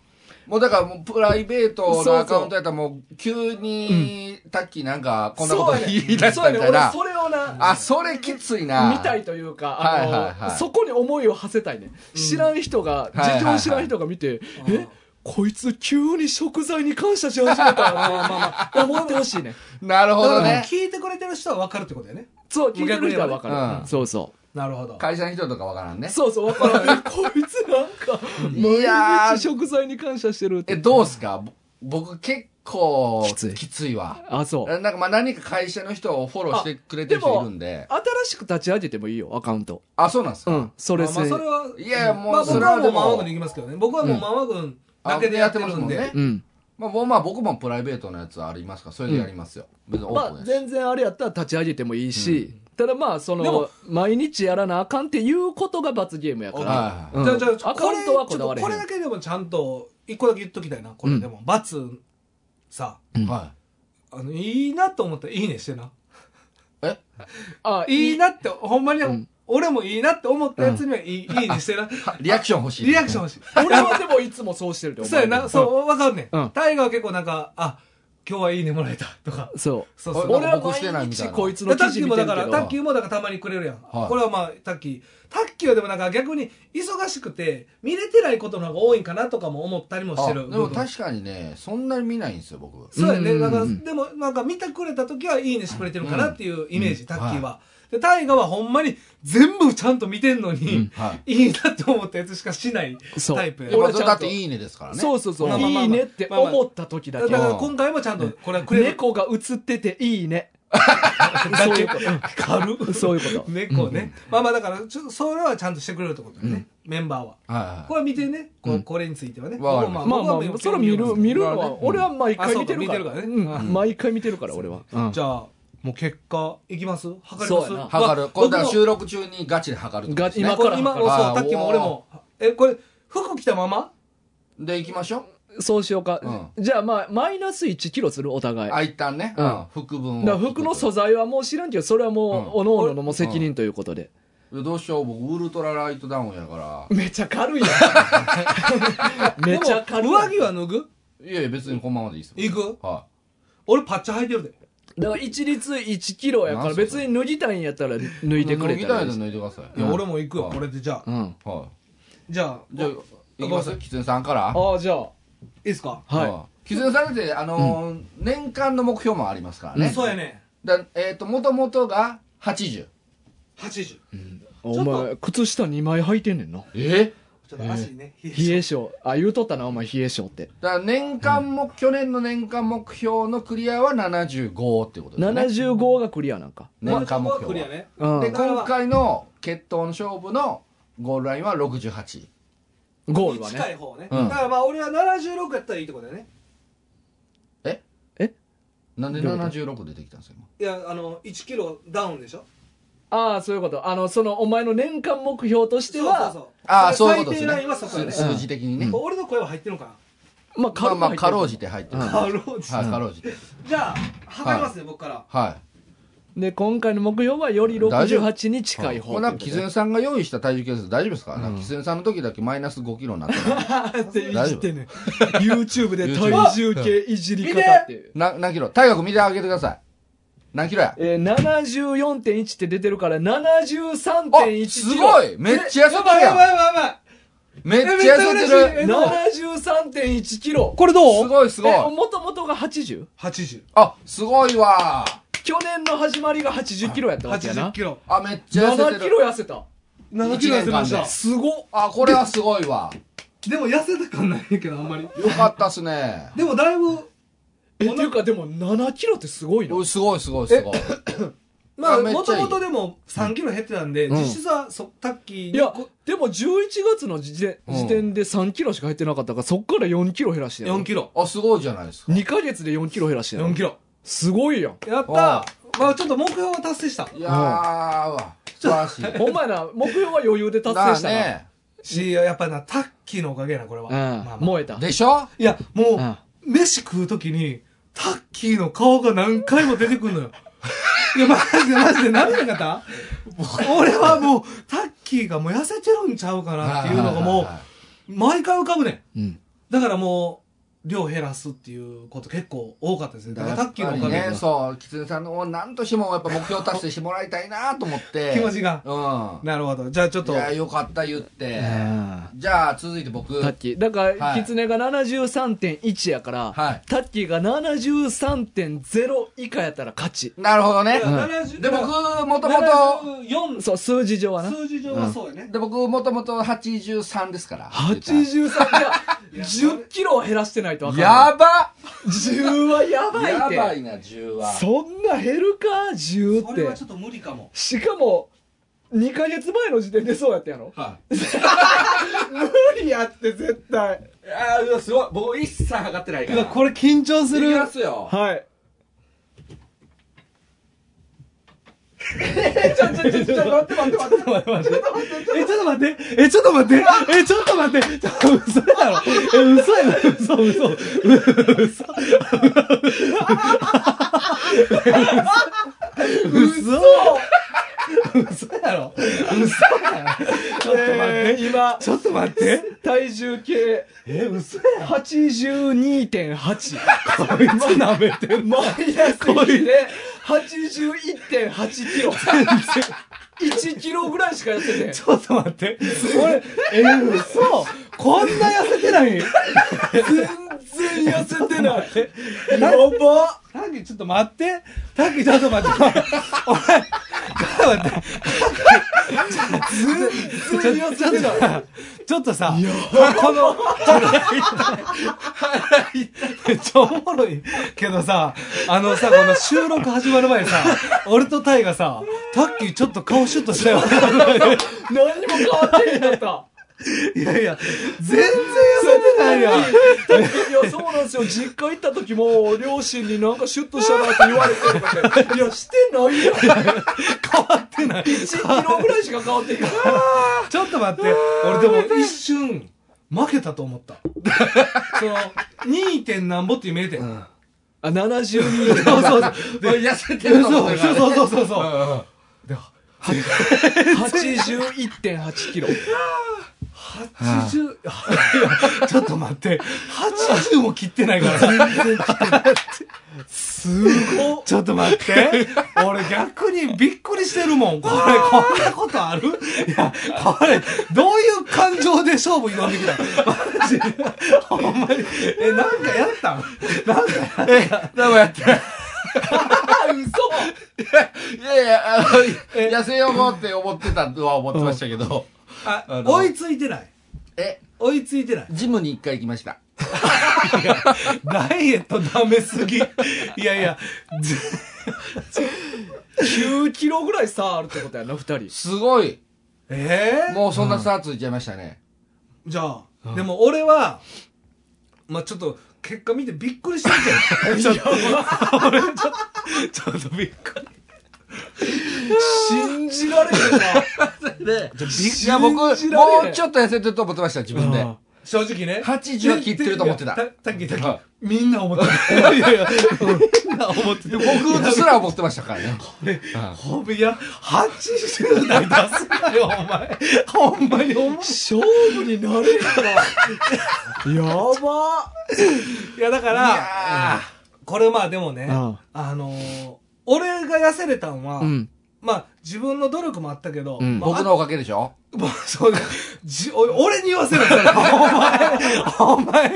S3: もうだからもうプライベートのアカウントやったらもう急にタッキーなんかこんなこと言い出した
S2: そうやね
S3: み
S2: ん
S3: たいな
S2: そうやねん俺それをな、
S3: あそれきついな
S2: 見たいというか、あの、
S3: はいはいはい
S2: そこに思いを馳せたいね。知らん人
S3: は
S2: が、
S3: いはいはい
S2: 事情知らん人が見て、
S4: うん
S2: えこいつ急に食材に感謝し始めた
S3: *laughs*
S2: なまあまあ、思ってほしいね。
S3: なるほ
S4: だか
S3: ど
S4: ら
S3: ね
S4: 聞いてくれてる人は分かるってことやね。
S2: そう、聞いてる人はわか
S3: 逆に
S2: る。
S3: ねうん
S2: そうそ
S4: なるほど。
S3: 会社の人とかわからん
S2: う。
S3: ね
S2: そうそう、わからない。こいつなんか、
S3: いや
S2: 毎日
S3: ー
S2: 食材に感謝してるって
S3: えどうすかぼ僕結構
S2: きつい
S3: きついわ
S2: あ、そう。
S3: なんかまあ何か会社の人をフォローしてくれてる
S2: あで
S3: 人い
S2: も
S3: るんで
S2: 新しく立ち上げてもいいよ、アカウント。
S3: あそうなんです
S2: う
S3: か、
S2: ん、そ
S4: ま
S2: れ
S4: あま
S2: せ
S4: あ、それは。
S3: いやいやもう
S4: まあ、
S3: そ
S4: 僕
S3: れ
S4: は
S3: は
S4: も
S3: で
S4: うママ
S3: も
S4: 軍で行きますけどね。僕はもうママ軍だけでやってるん
S3: あや
S4: で
S3: ってます。
S2: うん。
S3: まあ、ぼまあ僕もプライベートのやつありますからそれでやりますよ、別にオー
S2: ま
S3: プ
S2: あ、
S3: ンやし、
S2: 全然あれやったら立ち上げてもいいし、ただまあ、そ
S4: で
S2: の
S4: も、
S2: 毎日やらなあかんっていうことが罰ゲームやか
S4: あ
S2: ら。
S3: はい
S2: うん
S4: じゃあ、じゃあ、
S2: アカウントはこだわれへ
S4: これだ
S2: ん。
S4: けでもちゃんと、一個だけ言っときたいな。これでも、罰、さ、
S2: うん
S3: は
S4: あの、いいなと思ったらいいねしてな。
S2: あ
S4: いいなって、ほんまに
S2: ん、
S4: 俺もいいなって思ったやつにはい
S2: *laughs*
S4: い、いいねしてな。
S3: いはリアクション欲しい
S4: リアクション欲しい。
S2: 俺はでもいつもそうしてるで、お
S4: そう
S2: 前
S4: やな、そう、わかんね
S2: うん
S4: ん。タイガは結構なんか、あ、今日はいいねもらえた、とか。
S2: そう。
S4: そう
S3: あ
S4: そう。
S2: 俺は
S3: 僕してない
S2: 毎
S3: みたい
S2: 日
S3: な
S2: こいつ
S4: で
S2: の
S4: タ
S2: 記
S4: ッキ
S2: 事
S4: ー
S2: 見
S4: も
S2: て
S4: だ
S2: るけ
S4: から、
S2: ど。
S4: タッキーもだからたまにくれるやん。
S3: はい
S4: これはまあ、タッキー。タッキーはでもなんか逆に忙しくて、見れてないことの方が多いんかなとかも思ったりもして
S3: あ
S4: る。
S3: でも確かにねそんなに見ないんですよ僕
S4: そうやね。
S2: うん
S4: なんか、でもなんか見てくれた時はいいねしてくれてるかなっていうイメージ、
S3: ん
S4: タッキーは。で、タイガはほんまに全部ちゃんと見てんのに、
S3: はい
S4: *laughs* いいなって思ったやつしかしない
S2: そう
S4: タイプや
S2: 俺
S3: や
S2: は
S3: っ
S2: ちゃ
S3: ぱ
S2: んと
S3: それだっていいねですからね
S2: そううそうそう、
S4: まあまあまあ
S2: いいねって思った時だ
S4: だ
S2: け。
S4: から今回もちゃんとこれはくれる。
S2: 猫が映ってていいね。そういうこと。そういうこと。
S4: 猫ね、まあまあだからちょそれはちゃんとしてくれるってことだよね、メンバーは
S3: は
S4: これは見てねこ,、
S2: うん
S4: これについてはね
S3: わかり
S4: 僕
S3: ま
S4: は
S2: まあま
S4: 僕は
S2: あ、それは見る、見るのは、俺は毎回
S4: あそ
S2: 見
S4: う
S2: て
S4: か
S2: るから。
S4: 見てるからね
S2: うん
S4: うん
S2: 毎回見てるから、俺は。うん
S4: じゃあもう結果いきます測り
S2: そ
S4: ま
S2: う
S4: す
S2: やな
S3: は測るこれだから
S4: 僕も
S3: 収録中にガチで測るってことです
S2: ガ
S3: ね
S2: チ今から
S4: 今
S2: 測
S3: る
S4: そうさっきも俺もえこれ服着たまま
S3: で行きましょ
S2: そうしようか。じゃあまあ、マイナス1キロする、お互
S3: う
S2: い。
S3: あ一旦ね、
S2: う
S3: うんん、副分を
S2: だから服の素材はもう知らんけど、それはもう、
S3: うん
S2: おのおののもう責任ということで。
S3: どうしよう僕ウルトラライトダウンやから
S2: めっちゃ軽いやん。めっちゃ軽
S4: で
S2: い
S4: も
S2: や
S4: 上
S2: ん。
S4: 着は脱ぐ
S3: いやいや別にこのままでいいですよ
S4: 行く
S3: は
S4: 俺パッチ履いてるで
S2: だから一律1キロやか
S3: なん
S2: ら、
S3: すか
S2: 別に脱ぎたいんやったら脱
S3: い
S2: いでくれ
S3: 脱ぎ
S2: た
S3: た
S2: ら
S3: い
S2: いい
S3: で
S2: し
S3: 脱いでください
S4: いや俺も行くよ、
S3: はい
S4: これでじゃあ
S2: うん。
S3: はい
S4: じゃあ
S3: じゃあ
S4: い
S3: 行きますキツネさんから
S2: ああ、じゃあ、
S4: いですか
S2: は
S3: キツネさんってあのー年間の目標もありますからね、
S4: そうやね
S3: だえっ、ともともとが80
S4: 80
S2: い。お前、靴下2枚履いてんねんな。
S3: え
S4: ちょっと足ね、冷え性
S2: 冷え性。あ、言うとったな、お前、冷え性って。
S3: だから年間も、去年の年間目標のクリアは75ってことですね
S2: 75がクリアなんか。
S3: 年間目
S4: まあそこはク
S3: 標
S4: リア
S3: は、
S4: ね
S2: うん
S3: で。今回の決闘の勝負のゴールラインは68
S2: ゴールは
S4: 近
S2: ね。
S4: い方ね、
S3: うん
S4: だからまあ俺は76やったらいいってことだよね
S3: なんで
S2: どういうこ
S3: 76出てきたんですか
S4: いやあの1キロダウンでしょ
S2: ああ、そういうこと。あの、その、お前の年間目標として
S4: そうそう
S2: は、
S4: そう
S3: ああそういうことです
S4: 最低
S3: ね
S4: ラインはそこやね
S3: 数数字的にね、
S4: うん俺の声は入ってるのか
S2: まあ、
S3: まあまあかろう
S2: じ
S3: じて入ってる、
S2: うん
S4: なかろうじて
S3: はいかろうじて
S4: じゃあ測りますね僕から
S3: はい
S2: で、今回の目標はより68に近い
S3: こ
S2: 方
S3: れ
S2: とい
S3: な
S2: うんこ
S3: か、キ
S2: とで
S3: ツネさんが用意した体重計です。大丈夫ですか、なん
S2: うん
S3: かキツネさんの時だけマイナス5キロになってない
S4: って
S3: 大
S4: 言
S3: 丈
S4: ってんねん
S2: YouTube で体重計いじり方っていう。
S3: *laughs* な *laughs* 何キロ大学見てあげてください。何キロや
S2: えー、74.1って出てるから、
S3: あ
S2: 73.1
S3: すごいめっちゃ痩せ
S4: や
S3: て
S4: ば
S3: る
S4: いやばい
S3: や
S4: やばいやばい
S3: んめっちゃ痩
S4: えめっ
S3: せ
S4: ちゃ嬉
S3: て
S4: しい
S3: る
S4: え
S2: 73.1キロ。
S4: これど
S3: す
S4: う
S3: ごいすごい
S2: えもともとが 80?
S4: 80
S3: あ、すごいわ
S2: 去年の始まりが80キロやったわけや
S4: 80
S2: な。
S4: キロ
S3: あ、めっちゃ痩せ
S2: 7
S3: て
S2: キ
S3: る。
S2: ロ痩せた。
S4: 7キロ痩せまし
S3: 一年間
S4: た
S2: すごっ。
S3: あ、これはすごいわ。
S4: でも痩せた感ないねんけどあんまり
S3: よかったっすね。
S4: でもだいぶ
S2: え、っていうかでも7キロってすごいな。
S3: おすごいすごいすごい。
S4: ま
S3: あ
S4: あ
S3: めっ
S4: も
S3: ちゃ
S4: と
S3: いい
S4: もとでも3キロ減ってたんで
S3: うん
S4: 実質はそタッキー
S2: いや、でも11月の時点
S3: うん
S2: 時点で3キロしか減ってなかったから、そっから4キロ減らしてんやろ
S4: 4キロ
S3: あ、すごいじゃないですか。
S2: 2ヶ月で4キロ減らしてんやろ
S4: 4キロ
S2: すごいやん。
S4: やったー
S3: あ
S4: まあちょっと目標は達成した
S3: いやーわ、素晴ら
S4: *laughs*
S3: しい。
S2: ほんまやな、目標は余裕で達成した
S3: だ
S2: な。
S3: ね。
S4: しやっぱなタッキーのおかげやなこれは、
S2: うん、
S4: まあまあ
S2: 燃えた。
S3: でしょ
S4: いやもう、
S2: うん
S4: 飯食う時にタッキーの顔が何回も出てくるの
S3: *laughs*
S4: よいやマジでマジでなれなかった俺はもうタッキーがもう痩せてるんちゃうかなっていうのがも
S3: は
S4: う毎回浮かぶねん
S2: うん。
S4: だからもう量減らすっていうこと結構多かったですね
S3: い
S4: だ
S3: はい
S4: か
S3: はい
S4: らタッキーのおかげ
S3: やっぱ
S4: で
S3: りね、そう、キツネさんの何としてもやっぱ目標達成してもらいたいなと思って。
S4: 気持ちが
S3: う
S4: なるほどじゃあちょっ
S3: ん。
S4: と
S3: いや、よかった言って。
S2: あ
S3: じゃあ、続いて僕。
S2: タッキー。だから、
S3: はい
S2: キツネが73.1やから、
S3: はい
S2: タッキーが73.0以下やったら勝ち。
S3: なるほどね。
S4: 70
S3: で、僕、もともと、
S4: 74
S2: そう、数字上はな。
S4: 数字上はそうやね
S3: で、僕、もともと83ですから。
S2: 83が10キロは減らしてないとわかんない。
S3: やば
S2: 10はやばい
S3: や
S2: って。
S3: ばいな、10は。
S2: そんな減るか ?10
S4: こ
S2: っ
S4: れ
S2: て
S4: はちょ。っと無理かも
S2: しかも、2ヶ月前の時点でそうやったやろ
S3: は
S2: *laughs* 無理やって絶対。
S3: い。ああ、すごい。僕、一切測ってないから。 *laughs*
S2: これ緊張す
S3: いきますよ。
S2: はい。
S4: え、ちょっと待って。え、ちょっと待って。え、ちょっと待って。ちょっと嘘だろ。え、嘘やろ。嘘、嘘。嘘。嘘。嘘やろ。嘘やろ。
S2: えー、今、
S4: ちょっと待って。
S2: 体重計
S4: え、嘘や
S2: 82.8。
S4: ろ。いつ舐めてんの
S2: マイナス1で81.8キロ。1キロぐらいしかやってね
S4: *laughs* ちょっと待って。俺、え、嘘。こんな痩せてない
S2: 全然痩せてない。
S4: *laughs* やばタッキーちょっと待って。タッキーちょっと待って。おい、ちょっと待って。
S2: 全然痩せてない。
S4: ちょっとさ、この、めっちゃおもろいけどさ、あのさ、この収録始まる前にさ、俺とタイがさ、タッキーちょっと顔シュッとしたよ。
S2: 何にも変わってへんかった。
S4: いやい *laughs* や、全然痩せてないやん。
S2: いや、そうなんですよ。実家行った時も、両親になんかシュッとしたなって言われてとかって、いや、してないやん。変わってない。1キロぐらいしか変わってへんから。
S4: ちょっと待 *laughs* って、俺でも一瞬、負けたと思った。その、2. 点なんぼっていう見えてん。
S2: あ、72で。
S4: *laughs* そうそうそう。
S3: で、
S4: *laughs*
S3: 痩せて
S4: そう
S3: ると思っ
S4: そう
S3: てたからね
S4: そうそうそう。
S2: 81.8キロ。
S4: 八十、いやちょっと待って、八十も切ってないから。すごい。ちょっと待って。俺逆にびっくりしてるもん。これ、こんなことあるいや、これ、どういう感情で勝負挑んできたマジほんまに。え、なんかやったんなんかやっ
S3: え、でもやってない。
S2: あ、嘘
S3: いやいや、あの、痩せようって思ってたとは思ってましたけど。
S4: た
S3: あ
S4: あ
S3: の
S4: 追いついてない。
S3: え、
S4: 追いついてない。
S3: ジムに一回行きました。
S4: ダイエットダメすぎ。いやいや、ず
S2: !9 キロぐらい差あるってことやな、二人。
S3: すごい。
S4: えー、
S3: もうそんな差ついちゃいましたね。
S4: じゃあ、でも俺は、まあちょっと、結果見てびっくりしたけど。ちょっと、俺ちょっと、ちょっとびっくり。
S2: 信じられへんな。
S3: で、いや、僕、も
S2: 信じられへん
S3: うちょっと痩せてると思ってました、自分で
S2: あ。
S4: 正直ね
S3: 80は切ってると思ってた
S4: たっき
S3: は
S4: た
S3: い
S4: みんな思ってた
S2: いやいや、うんな思ってて。
S3: 僕すら思ってましたからね。うん
S4: ほんまいや80代出すなよお前ほんまにほんま
S2: 勝負になれへんから。
S4: *laughs*
S2: やば
S4: いやだからこれまあでもね
S2: うん
S4: あのー俺が痩せれたんは、
S2: うん。
S4: まあ自分の努力もあったけど、
S2: うん
S4: まあ
S3: 僕のおかげでしょ
S4: もうそうだじお俺に言わせ
S3: *laughs*
S4: るんだよ。お前、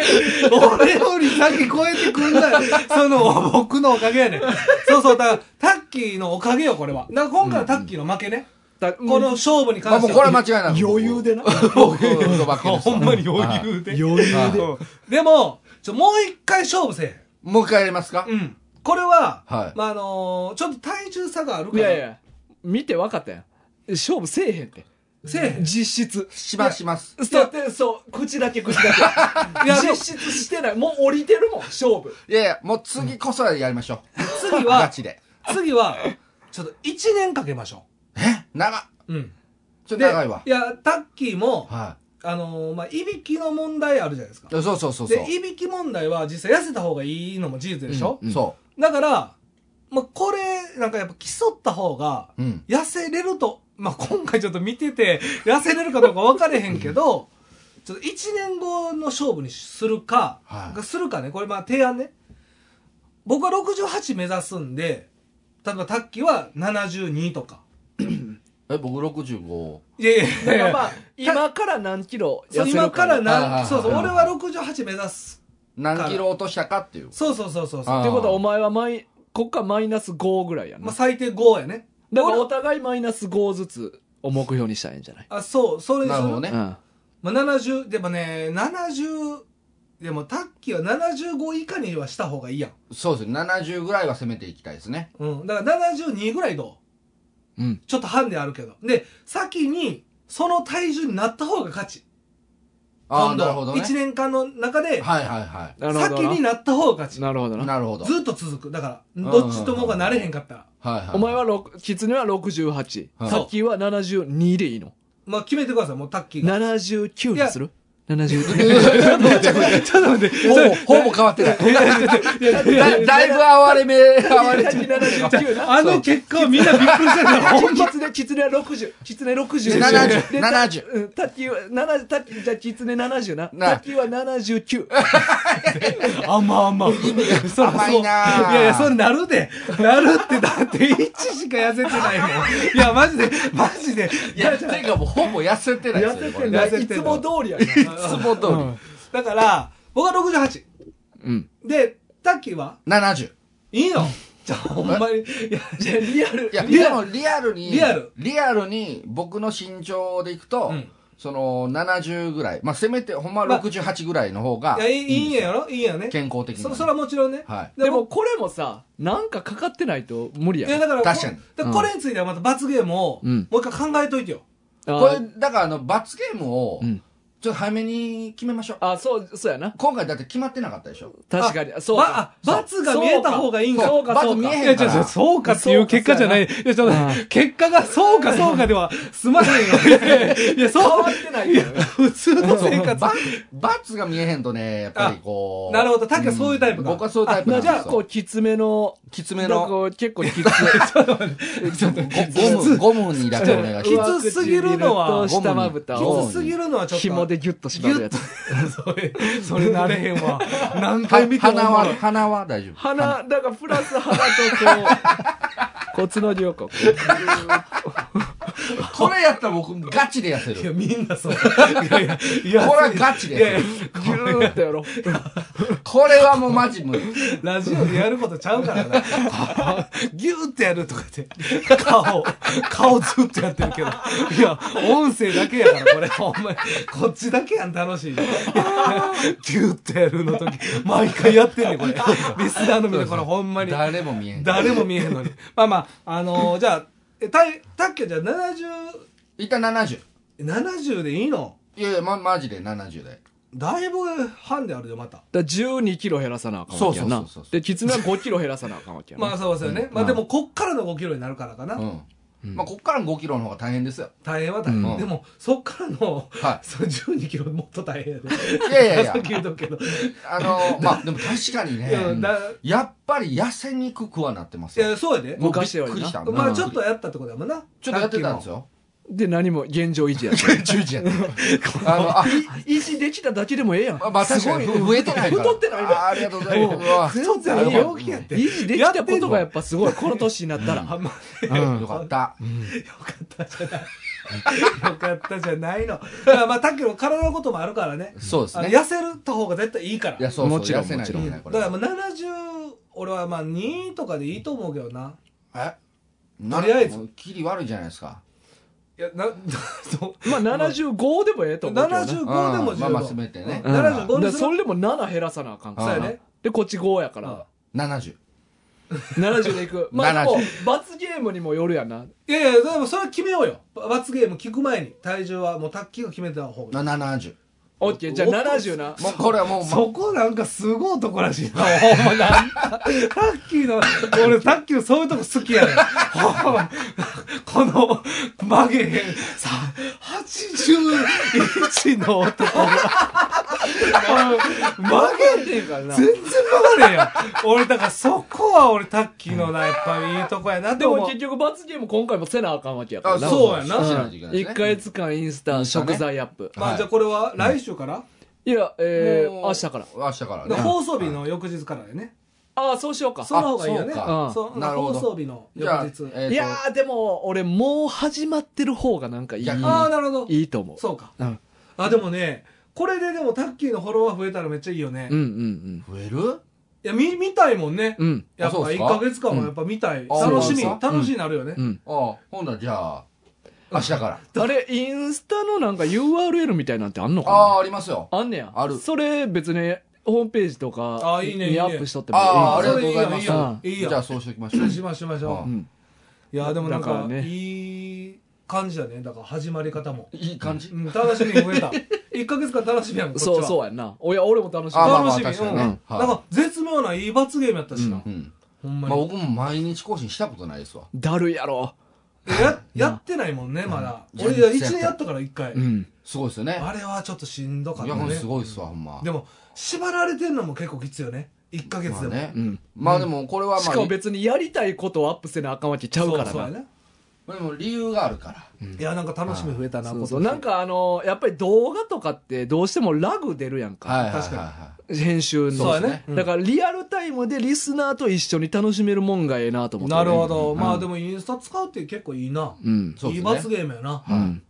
S4: お前、俺より先超えてくんなよ。その、僕のおかげやねん。そうそう、だから、タッキーのおかげよ、これは。だから今回はタッキーの負けね。
S2: だ
S4: この勝負に
S3: まあ
S4: 関し
S3: もう
S4: て
S3: これは
S4: は。
S3: 間違いない。
S2: 余裕でな。
S3: 僕の負けです。
S4: *laughs* ほんまに余
S3: はい
S4: 裕で。
S2: 余裕で。
S4: でも、ちょ、もう一回勝負せえ
S3: もう一回やりますか
S4: へん。うん。これは、
S3: はい
S4: まあ、あのーちょっと体重差があるか
S2: い
S4: ら、
S2: やいや、見て分かったやん。勝負せえへんって。
S4: せえへん。
S2: 実質。
S3: しますします。
S2: そうやって、そう、口だけ口だけ。 *laughs*
S4: いやでも
S2: 実質してない。もう降りてるもん、勝 *laughs* 負。
S3: いやいや、もう次こそはやりましょう。
S4: 次
S3: ガ
S4: は、
S3: チで。
S4: 次は、ちょっと1年かけましょ
S3: え長っ
S4: う。うん。
S3: ちょっと
S4: で
S3: 長いわ。
S4: いや、タッキーも、
S3: は
S4: あのーまあ、いびきの問題あるじゃないですか
S3: い。。そうそうそうそう
S4: で、いびき問題は実際痩せた方がいいのも事実でしょ、
S2: うん
S3: そ
S4: だから、まあ、これ、なんかやっぱ競った方が
S3: う。、うん。
S4: 痩せれると、まあ、今回ちょっと見てて、痩せれるかどうか分かれへんけど、ちょっと1年後の勝負にするか、
S3: はい
S4: がするかね、これまあ提案ね。僕は68目指すんで、例えばタッキーは72とか。
S3: え、僕65。
S4: いやいやいや
S2: だ
S4: い
S2: か
S4: や
S2: らまあ、今から何キロ
S4: そ
S2: 痩
S4: う
S2: せるか。
S4: 今から
S3: は
S2: っ
S3: いはいは
S4: ないそうそう、俺は68目指す。
S3: 何キロ落としたかっていう。
S4: そうそうそうそうそう。
S3: あ
S2: てことはお前はマイ、こっからマイナス5ぐらいやな。
S4: まあ、最低5やね。
S2: だから
S4: 俺
S2: お互いマイナス5ずつを目標にしたらいいんじゃない
S4: あ、そう、それに
S3: な
S4: す
S3: る
S4: る
S3: ほどね。
S2: うん。
S4: まあ、70、でもね、70、でもタッキーは75以下にはした方がいいやん。
S3: そうですね。70ぐらいは攻めていきたいですね。
S4: うん。だから72ぐらいどう
S2: うん。
S4: ちょっとハンデあるけど。で、先に、その体重になった方が勝ち。
S3: ああ、
S4: 今度
S3: なるほどね。
S4: 1年間の中で、
S3: はいはいは
S2: なるほ
S4: 先
S2: ど
S4: になった方
S2: な。
S4: が勝ち。
S2: なるほどな。
S3: い。なるほど。はい
S4: ずっと続く。だから、どっちともがなれへんかったら。
S3: はい。
S2: お前は6、キツネは68。
S3: はい
S2: さっきは72でいいの。
S4: まあ、決めてください、もうタッキーが。
S2: 79にする ?79。 *laughs*
S4: ちょっと待って。
S3: ほぼ、ほぼ変わって
S4: *laughs*
S3: ない。だだいぶ哀れめ、哀れめ。
S2: 79な。
S4: あの結果はみんなびっ
S3: *laughs*
S4: くりしてるから、ほんま
S2: キツネ、キツネは60。キツネ60。
S4: *laughs*
S3: 70
S2: でた
S3: 70
S2: うんタッキーは、7、タッキー、じゃあキツネ70な。タ
S3: な
S2: ッキーは79。
S4: あまあまあ。 *laughs* そら
S3: 甘
S4: そう
S3: いなあ
S4: いやいや、そうなるで。なるって、だって1しか痩せてな
S3: *laughs*
S4: いもん。いや、マジで、マジで。
S3: いや、ていうかもうほぼ痩せてないで
S2: 痩
S3: すよ
S2: せ
S3: ね。こ
S2: て
S3: れ
S2: ない。
S4: 痩せ
S2: いつ
S4: てる
S2: も通りやな。
S3: いつも通り。
S4: だから、僕は68。
S2: うん。
S4: で、タッキーは
S3: 70。
S4: いいのじゃあ、ほんまに。いや、
S2: いやリアル
S3: い。や、
S4: リア
S3: で
S4: ル
S3: もリアルに、
S4: リアル
S3: に僕の身長でいくと、
S4: うん
S3: その70ぐらい、まあせめてほんま
S4: まあ
S3: 68ぐらいの方が
S4: いやいいいいん
S3: です
S4: や
S3: よ
S4: ろいいんやね。
S3: 健康的には
S4: そ、
S3: ね。
S4: それはもちろんね。
S3: はい。
S2: でも、これもさ、なんかかかってないと無理
S4: い
S2: や
S4: や、
S2: ん。
S4: だから、
S3: 確かに
S4: こでこれについてはまた罰ゲームを、
S2: うん
S4: もう一回考えといてよ。
S2: あ
S3: これ、だからあの、罰ゲームを、
S2: うん
S3: ちょっと早めに決めましょう。
S2: あ、そう、そうやな。
S3: 今回だって決まってなかったでし
S4: *laughs*
S3: ょ。
S2: 確かに。そう
S4: ば
S2: か
S4: あ。、罰が見えた方がいいんか。
S2: そうか、そう
S3: バツ見え
S2: か。
S3: へん
S4: いや、ちょ、ちょ、そうかっていう結果じゃない。いや、ちょっと
S2: ああ、
S4: 結果がそうかそうかでは済まないよ。いやいやいや、
S2: 変
S4: そう
S2: わ、ってないからね
S4: 普通の生活。
S3: 罰、罰が見えへんとね、やっぱりこう。
S4: なる
S3: ほ
S4: ほど。タッキーはそういうタイプか。
S3: 僕はそういうタイプなん
S2: まあ
S3: です
S2: じ
S3: よ。
S2: ゃあ、こう、きつめの、
S3: きつ
S2: な
S3: め
S2: んか
S3: の、
S2: こう結構きつ
S3: ゴム、ゴムにだけお願いし
S4: き *laughs*
S3: ま
S4: つすぎるのは
S2: 上唇と下まぶた
S3: ゴム
S2: を
S3: に
S4: きつすぎるのはちょっと。
S2: 紐でギュッと縛るやつ
S4: ギ。 *laughs* それ、それなれへんわ。何
S3: す。は
S4: 回見ても。
S3: 鼻は、鼻は大丈夫。
S2: 鼻、だからプラス鼻とこう、コツの量こう。
S3: これやったら僕、ガチで痩せ
S4: いや、
S3: る。
S4: みんなそう。 *laughs* いやいや、いや
S3: これはガチ
S4: いやい
S3: で
S4: や
S3: す。
S2: ギューってやろう。
S3: これはもうマジ無理。
S4: ラジオでやることちゃうからな。 *laughs* ギューってやるとかって。顔、顔ずっとやってるけど。いや、音声だけやから、これ。ほんまにこっちだけやん、楽しいの。いやギューってやるの時、毎回やってんねん、これ。リスナーのみんな、これほんまに。
S3: 誰も見えへん。
S4: 誰も見えへんのに。まあまあ、あのーじゃあ、え、たい、たっけじゃあ70、
S3: 一旦70。
S4: 70でいいの
S3: いやいや、ま、マジで70で。
S4: だいぶ半であるよ、また。
S2: だ12キロ減らさなあかんわけや
S3: そう
S2: な
S3: そうそうそう。
S2: *laughs* で、キツネは5キロ減らさなあかんわけや
S4: まあ
S2: な。
S4: そうそうよね。まあでも、こっからの5キロになるからかな。
S3: うん。
S2: うん
S3: まあ、こっからの5キロの方が大変ですよ。
S4: 大変は大変、
S3: うん
S4: でもそっからの
S3: は
S4: *laughs* そう12キロもっと大変やで
S3: い。いやい
S4: *laughs*
S3: やいや
S4: さっき、言うとくけど、
S3: あのまあ、でも確かに
S4: いや
S3: ね、
S4: だ
S3: やっぱり痩せにくくはなってま
S4: い
S3: すよ。
S4: やそうやで
S2: もう
S3: びっくりした。
S4: まあちょっと
S3: うん
S4: やったってことやもんな
S3: ちょっとやってたんです
S4: よ
S3: よ。
S2: で、何も現状維持やった。
S3: *laughs* 中時やったあの、あ、
S2: *laughs* 維持できただけでもええやん。
S3: まあまあ、確かに増えてないから。
S2: 太ってない
S3: あありがとうございます。
S2: 全
S4: *laughs* ちょっ
S2: 然
S4: と
S2: いいよ。
S4: 病気やって
S2: 維持できたことがやっぱすごい。この年にな *laughs* った
S4: あ
S2: ら。
S4: んま
S3: うわよかった。
S4: よかったじゃない。 *laughs* よかったじゃないの。だからまあ、タッキーの体のこともあるからね。
S3: そうです
S4: あの
S3: ね。
S4: 痩せるた方が絶対いいから。
S3: いや、そうそう、
S2: もちろん
S3: 痩せないといけない。
S4: だ
S3: こ
S4: か
S3: れ
S4: らもう70、俺はまあ2とかでいいと思うけどな。
S3: え
S4: とりあえず
S3: もうキリ悪いじゃないですか。
S4: いや、な、 *laughs* そう
S2: まあ75でもええと思うけどな。
S4: 75で
S3: う
S4: も
S3: ん
S4: 十分。
S3: まあまあせめてね
S4: うん75
S2: だ
S4: に
S2: から
S4: す
S2: そ
S4: る
S2: れでも7減らさなあかんか
S4: そう
S2: ら
S4: や
S3: うん
S4: ね。
S2: でこっち5やか
S4: うん
S2: ら
S3: 70。
S2: 70でいくまあでも
S3: 70
S2: 罰ゲームにもよるやない
S4: やいや、でもそれは決めようよ。罰ゲーム聞く前に体重はもうタッキーが決めた方がいい。
S3: 70。
S2: オッケーじゃあ70な
S3: もうこれはもう、ま
S4: そこなんかすごい男らしいな、ほんまなんかタッキーの、俺タッキーのそういうとこ好きやねん。ほんまこの、曲げへん、さ、81の
S2: *laughs*
S4: 男が、曲げ、
S2: げてんから *laughs* な
S4: 全然曲がれへんやん。俺、だからそこは俺タッキーのな、やっぱいいとこやな
S2: で
S4: と思
S2: も
S4: う
S2: 結。局罰ゲーム今回もせなあかんわけやから
S3: あ
S2: な
S4: そうやな
S3: しないといけないです
S2: 1
S3: ね。
S2: ヶ月間インスタ
S3: スタね
S2: 食材アップ
S4: まあじゃあこれは来週から、
S2: いやえー
S3: もう
S2: 明日から
S3: 明日から
S4: で
S3: ね。
S4: 放送日の翌日からやね。
S2: ああそうしようか
S4: その方がいいよね。
S3: あそう
S2: か
S4: そう
S3: なるほ
S4: 放
S3: ど
S4: 送日の
S3: じゃあ、え
S4: 翌
S3: っ
S4: 日。
S3: と
S2: いやーでも俺もう始まってる方がなんかいい
S3: 逆に
S4: ああ、なるほど。
S2: いいと思う
S4: そうか。
S2: うん
S4: あでもねこれででもタッキーのフォロワー増えたらめっちゃいいよね、
S2: うん
S4: い
S2: う
S3: 増
S2: ん
S3: える
S4: や見見たいもんね、
S2: うんうん
S4: やっぱ
S3: そうっす
S4: 1
S3: か
S4: か月間もやっぱ見たい、
S3: ん
S4: 楽しみ
S3: あそうなん
S2: すか
S4: 楽しみになるよね、
S2: うん
S3: ああ、ほんならじゃあ、明日から。
S2: あれインスタのなんか URL みたいなんてあんのか
S3: あ
S2: な
S3: あ、ありますよ。
S2: あんねや。
S3: ある
S2: それ別にホームページとか
S4: あいいねいい
S2: に
S4: ね
S2: アップしとってもいい
S3: ああ、あり
S2: の
S3: がとうございま
S4: い
S3: す
S4: い
S2: それ
S4: よ。いい
S3: じ
S4: よ
S3: ゃあ、そうしておきましょう。
S4: しましょうしましょ
S3: あ
S2: うん
S4: ういやでもなん
S2: だから
S4: か
S2: ね
S4: いい感じだねだから始まり方も、
S3: いい感じ。
S4: うん、楽しみに増
S3: *laughs*
S4: えた1か月間楽しみやもんこっちは
S2: そうそうやんな。おや、俺も楽しみ。
S3: あまあ
S4: 楽
S3: まあ
S4: しみ、
S3: 確かにね
S4: うん
S3: はい
S4: なんか絶妙ないい罰ゲームやったしな、
S3: うん。
S4: ほんま
S3: まあ
S4: に、
S3: 僕も毎日更新したことないですわ。
S2: だるいやろ。
S4: ややってないもんねまだ、
S3: うん
S4: 俺
S3: 全然
S4: 1年やったから1回、
S2: うん。
S3: すごいですよね。
S4: *laughs* あれはちょっとしんどかっ
S3: いや、
S4: たね
S3: ほんとすごいですわ、ほんま。
S4: でも縛られてんのも結構きついよね1か月
S3: まあ
S4: でも、
S3: ね
S2: う。ん。
S3: まあでも、これは
S2: し
S3: まあ
S2: かも、別にやりたいことをアップせなあかんわけちゃうからな。
S4: そう
S2: そ
S4: そうや
S2: う
S4: ね
S3: でも理由があるから。
S4: いやなんか楽しみ増えたな
S2: そう
S4: 今
S2: な
S4: 年
S2: んかあのやっぱり動画とかってどうしてもラグ出るやんか、
S3: はいはい
S4: 確か
S3: は
S2: 編集の
S4: そうやねうん
S2: だからリアルタイムでリスナーと一緒に楽しめるもんがええなと思って、
S4: なるほど、
S2: ん
S4: まあでもインスタ使うって結構いいな、
S2: うん、
S3: そう
S4: い
S3: で
S4: い
S3: すね
S4: 罰ゲームやな、
S2: う
S4: うん
S2: ん、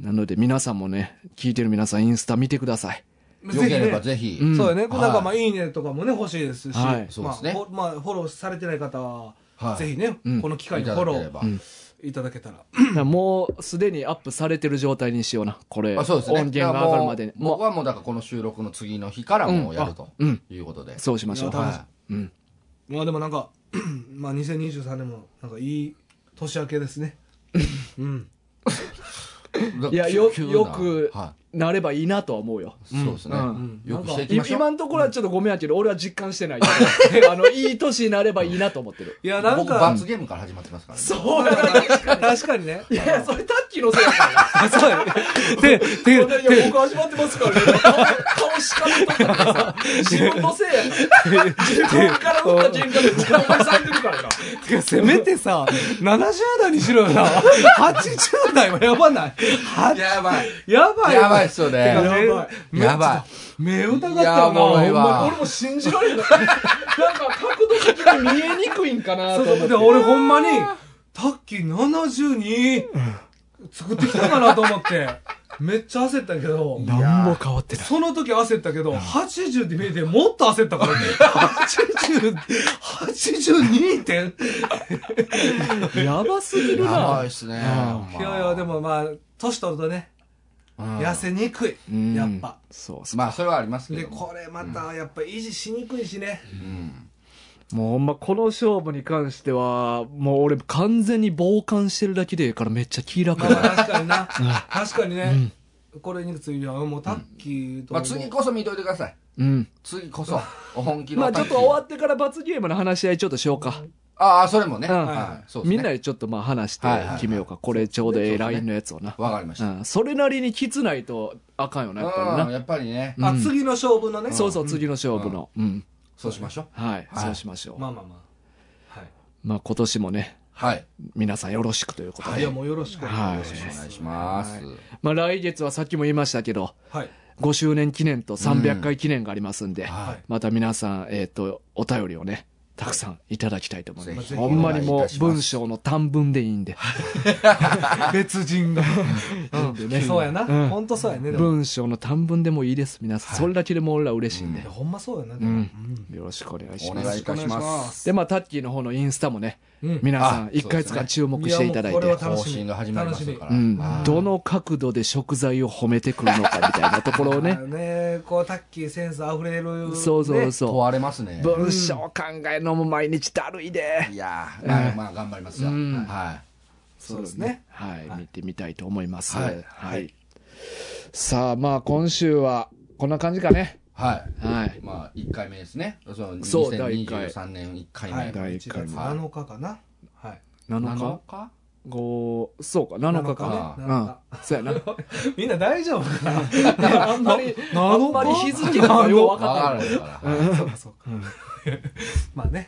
S2: なので皆さんもね聞いてる皆さんインスタ見てください
S3: い。よければ
S4: ぜ
S3: ぜひ
S2: う。
S4: ひ
S2: ん
S4: ねそうやね、
S3: はい
S4: なんかまあいいねとかもね欲しいですし、
S2: はい
S3: そうですね
S4: まあフォまあ、フォローされてない方は、
S3: はい
S4: ぜひね、
S2: うん
S4: この機会
S3: い
S4: にフ
S3: た
S4: ォ
S3: だ
S4: ロ
S3: ければ
S4: ー。いただけたら、
S2: だからもうすでにアップされてる状態にしようなこれ、
S3: あそうですね。
S2: 音源が上がるまでに
S3: だからもう僕
S2: も
S3: はもうだからこの収録の次の日からもうやると
S2: うんあうん
S3: いうことで。
S2: うそうしましょう
S4: いや楽
S2: は
S4: し
S2: い、うん、
S4: まあでもなんか *clears throat* まあ2023年もなんかいい年明けです
S3: *laughs*
S4: ねうん
S2: いやよ
S3: 急な
S2: よく
S3: は
S2: なればいいなとは思うよ
S3: い。そうですね
S2: うん
S4: うん。
S3: よくしていき
S2: い
S3: ましょう。
S2: 今のところはちょっとごめんやけど、俺は実感してない *laughs* けどあのいい年になればいいなと思ってる
S4: いやなん
S3: 僕
S4: か
S3: 罰ゲームから始まってますからね。
S2: そうやな
S4: 確かにね。
S2: いやそれタッキーのせいやから
S4: あ、そうやね。て、て、
S2: ないや僕始まってますからね顔顔しかめとったから *laughs* さ自分のせいやから自分から打った喧嘩で自分お前されてるからな
S4: てかせめてさ、70代にしろよな。80代はやばない。は
S3: やばい。
S4: やばいわ
S3: やばいっすよね。
S4: てか
S2: やばい
S4: め
S3: やば
S4: 目疑ったよな。
S3: やばい
S4: ほんま
S3: わ
S2: 俺も信じられないなんか角度的に見えにくいんかなと
S4: そ
S2: 思っ
S4: う
S2: て
S4: そうで俺ほんまに、タッキー72作ってきたかなと思って、めっちゃ焦ったけど。
S2: 何も変わってない
S4: その時焦ったけど、80って見えて、もっと焦ったからね。80、82点
S2: やばすぎ
S3: い。
S2: る
S3: や
S2: な
S3: ばいっすね。
S4: いやいや、でもまあ、年取るとね、
S3: うん
S4: 痩せにくい。
S2: うん
S4: やっぱ。
S2: そうそう
S3: まあ、それはありますけ
S4: で、
S3: ども。
S4: これまた、やっぱ維持しにくいしね。
S3: うん
S2: もうほんまこの勝負に関してはもう俺完全に傍観してるだけでええからめっちゃ気楽
S4: まあま
S2: だ
S4: あ確かにな。確かにね。これについては、もうタッキーと。
S3: まあ、次こそ見といてください。
S2: うん
S3: 次こそ、お本気の。
S2: まあちょっと終わってから罰ゲームの話し合いちょっとしようか
S3: ああ、それもね。
S2: うん
S3: はいそうですね
S2: みんなでちょっとまあ話して
S3: はいはいはい
S2: 決めようか。これちょうどええラインのやつをな。
S3: わかりまし
S2: う
S3: た。
S2: ん。それなりにきつないとあかんよな、やっぱ
S3: う
S2: り
S3: んやっぱりね。
S2: な。
S4: あ
S2: うん
S4: 次の勝負のね
S2: そうそう、次の勝負の。うん。
S3: そうしましょう。
S2: はい。
S3: はい
S2: そうしましょう。
S4: まあまあまあはい
S2: まあ今年もね、
S3: はい。
S2: 皆さんよろしくということ
S4: い
S2: で
S4: や。もうよろしくお
S2: はい
S4: 願
S3: よ
S4: い
S3: ろ
S4: し
S3: しく
S4: ま
S3: お願
S4: す
S3: いします。
S2: まあ来月はさっきも言いましたけど、
S4: はい
S2: 5周年記念と300回記念がありますんで、
S3: は
S2: また皆さん、えっ、と、お便りをね、たくさんいただきたいと思いま
S3: ぜひ
S2: す。ほんま
S3: お
S2: にも
S3: 願いいた
S2: う
S3: します
S2: 文章の短文でいいんで、
S4: 別人 *laughs* が
S2: でね
S4: そうやな
S2: うん
S4: 本当そうやねでも
S2: 文章の短文でもいいです、皆さん。それだけでも俺ら嬉しいんで、
S4: いやほんまそうやなで
S2: う
S4: も
S2: んよろしくお願いし
S3: お
S2: ます。
S3: 願いいたします。
S2: で、まあ、タッキーの方のインスタもね、
S4: うん
S2: 皆さん
S3: あ
S2: 一回
S3: そうです
S2: か
S3: ね
S2: 注目していただいて、
S4: いやもうこれは
S3: 更新が始まりますから。
S2: う
S3: うんん
S2: どの角度で食材を褒めてくるのかみたいなところを
S4: まあ
S2: ね、
S4: ねこうタッキーセンスあふれる
S2: そうそう
S4: ね
S2: そ
S3: 問われますね
S2: う。。文章考えるのも毎日だるいで。
S3: いやー、まあまあ頑張りますよ。
S2: うん
S3: は
S4: そうですね。
S2: はい、見てみたいと思います。は
S3: はいい。
S2: さあ、まあ、今週は、こんな感じかね。
S3: い。はい。
S2: はい。
S3: まあ、1回目ですね。その
S2: そう第一回
S3: 2023年1回
S4: はい
S3: 目。
S2: 第
S4: 1
S2: 一
S4: 月
S2: 回目
S4: 7日かな
S2: *laughs*
S4: はい
S2: 7
S3: 7
S2: 日
S3: 日
S2: ごそうか、7日か。
S3: か
S2: う
S4: ね
S2: ん
S4: 7。
S2: そうやな。
S4: みんな大丈夫かな *laughs*
S2: あんまり、あんまり日付とかよう分
S3: わ
S2: か
S3: か
S2: っ
S3: るから。
S4: そうかそうか *laughs* まあね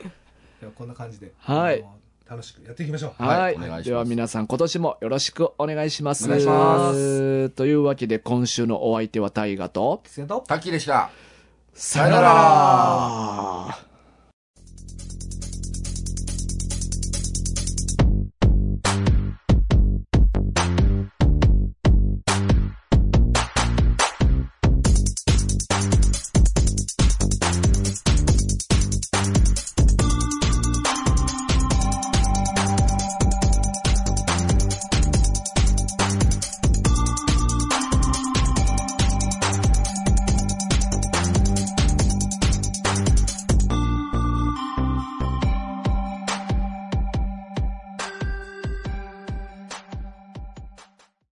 S4: ではこんな感じで
S2: はい
S4: あの楽しくやっていきましょう
S2: た。は
S3: はい
S2: い
S3: お願いしま。す
S2: では皆さん今年もよろしくお願いします。。
S3: お願いします
S2: というわけで今週のお相手は大河と、
S4: せーの
S3: タッキーでした。
S2: さ
S3: よなら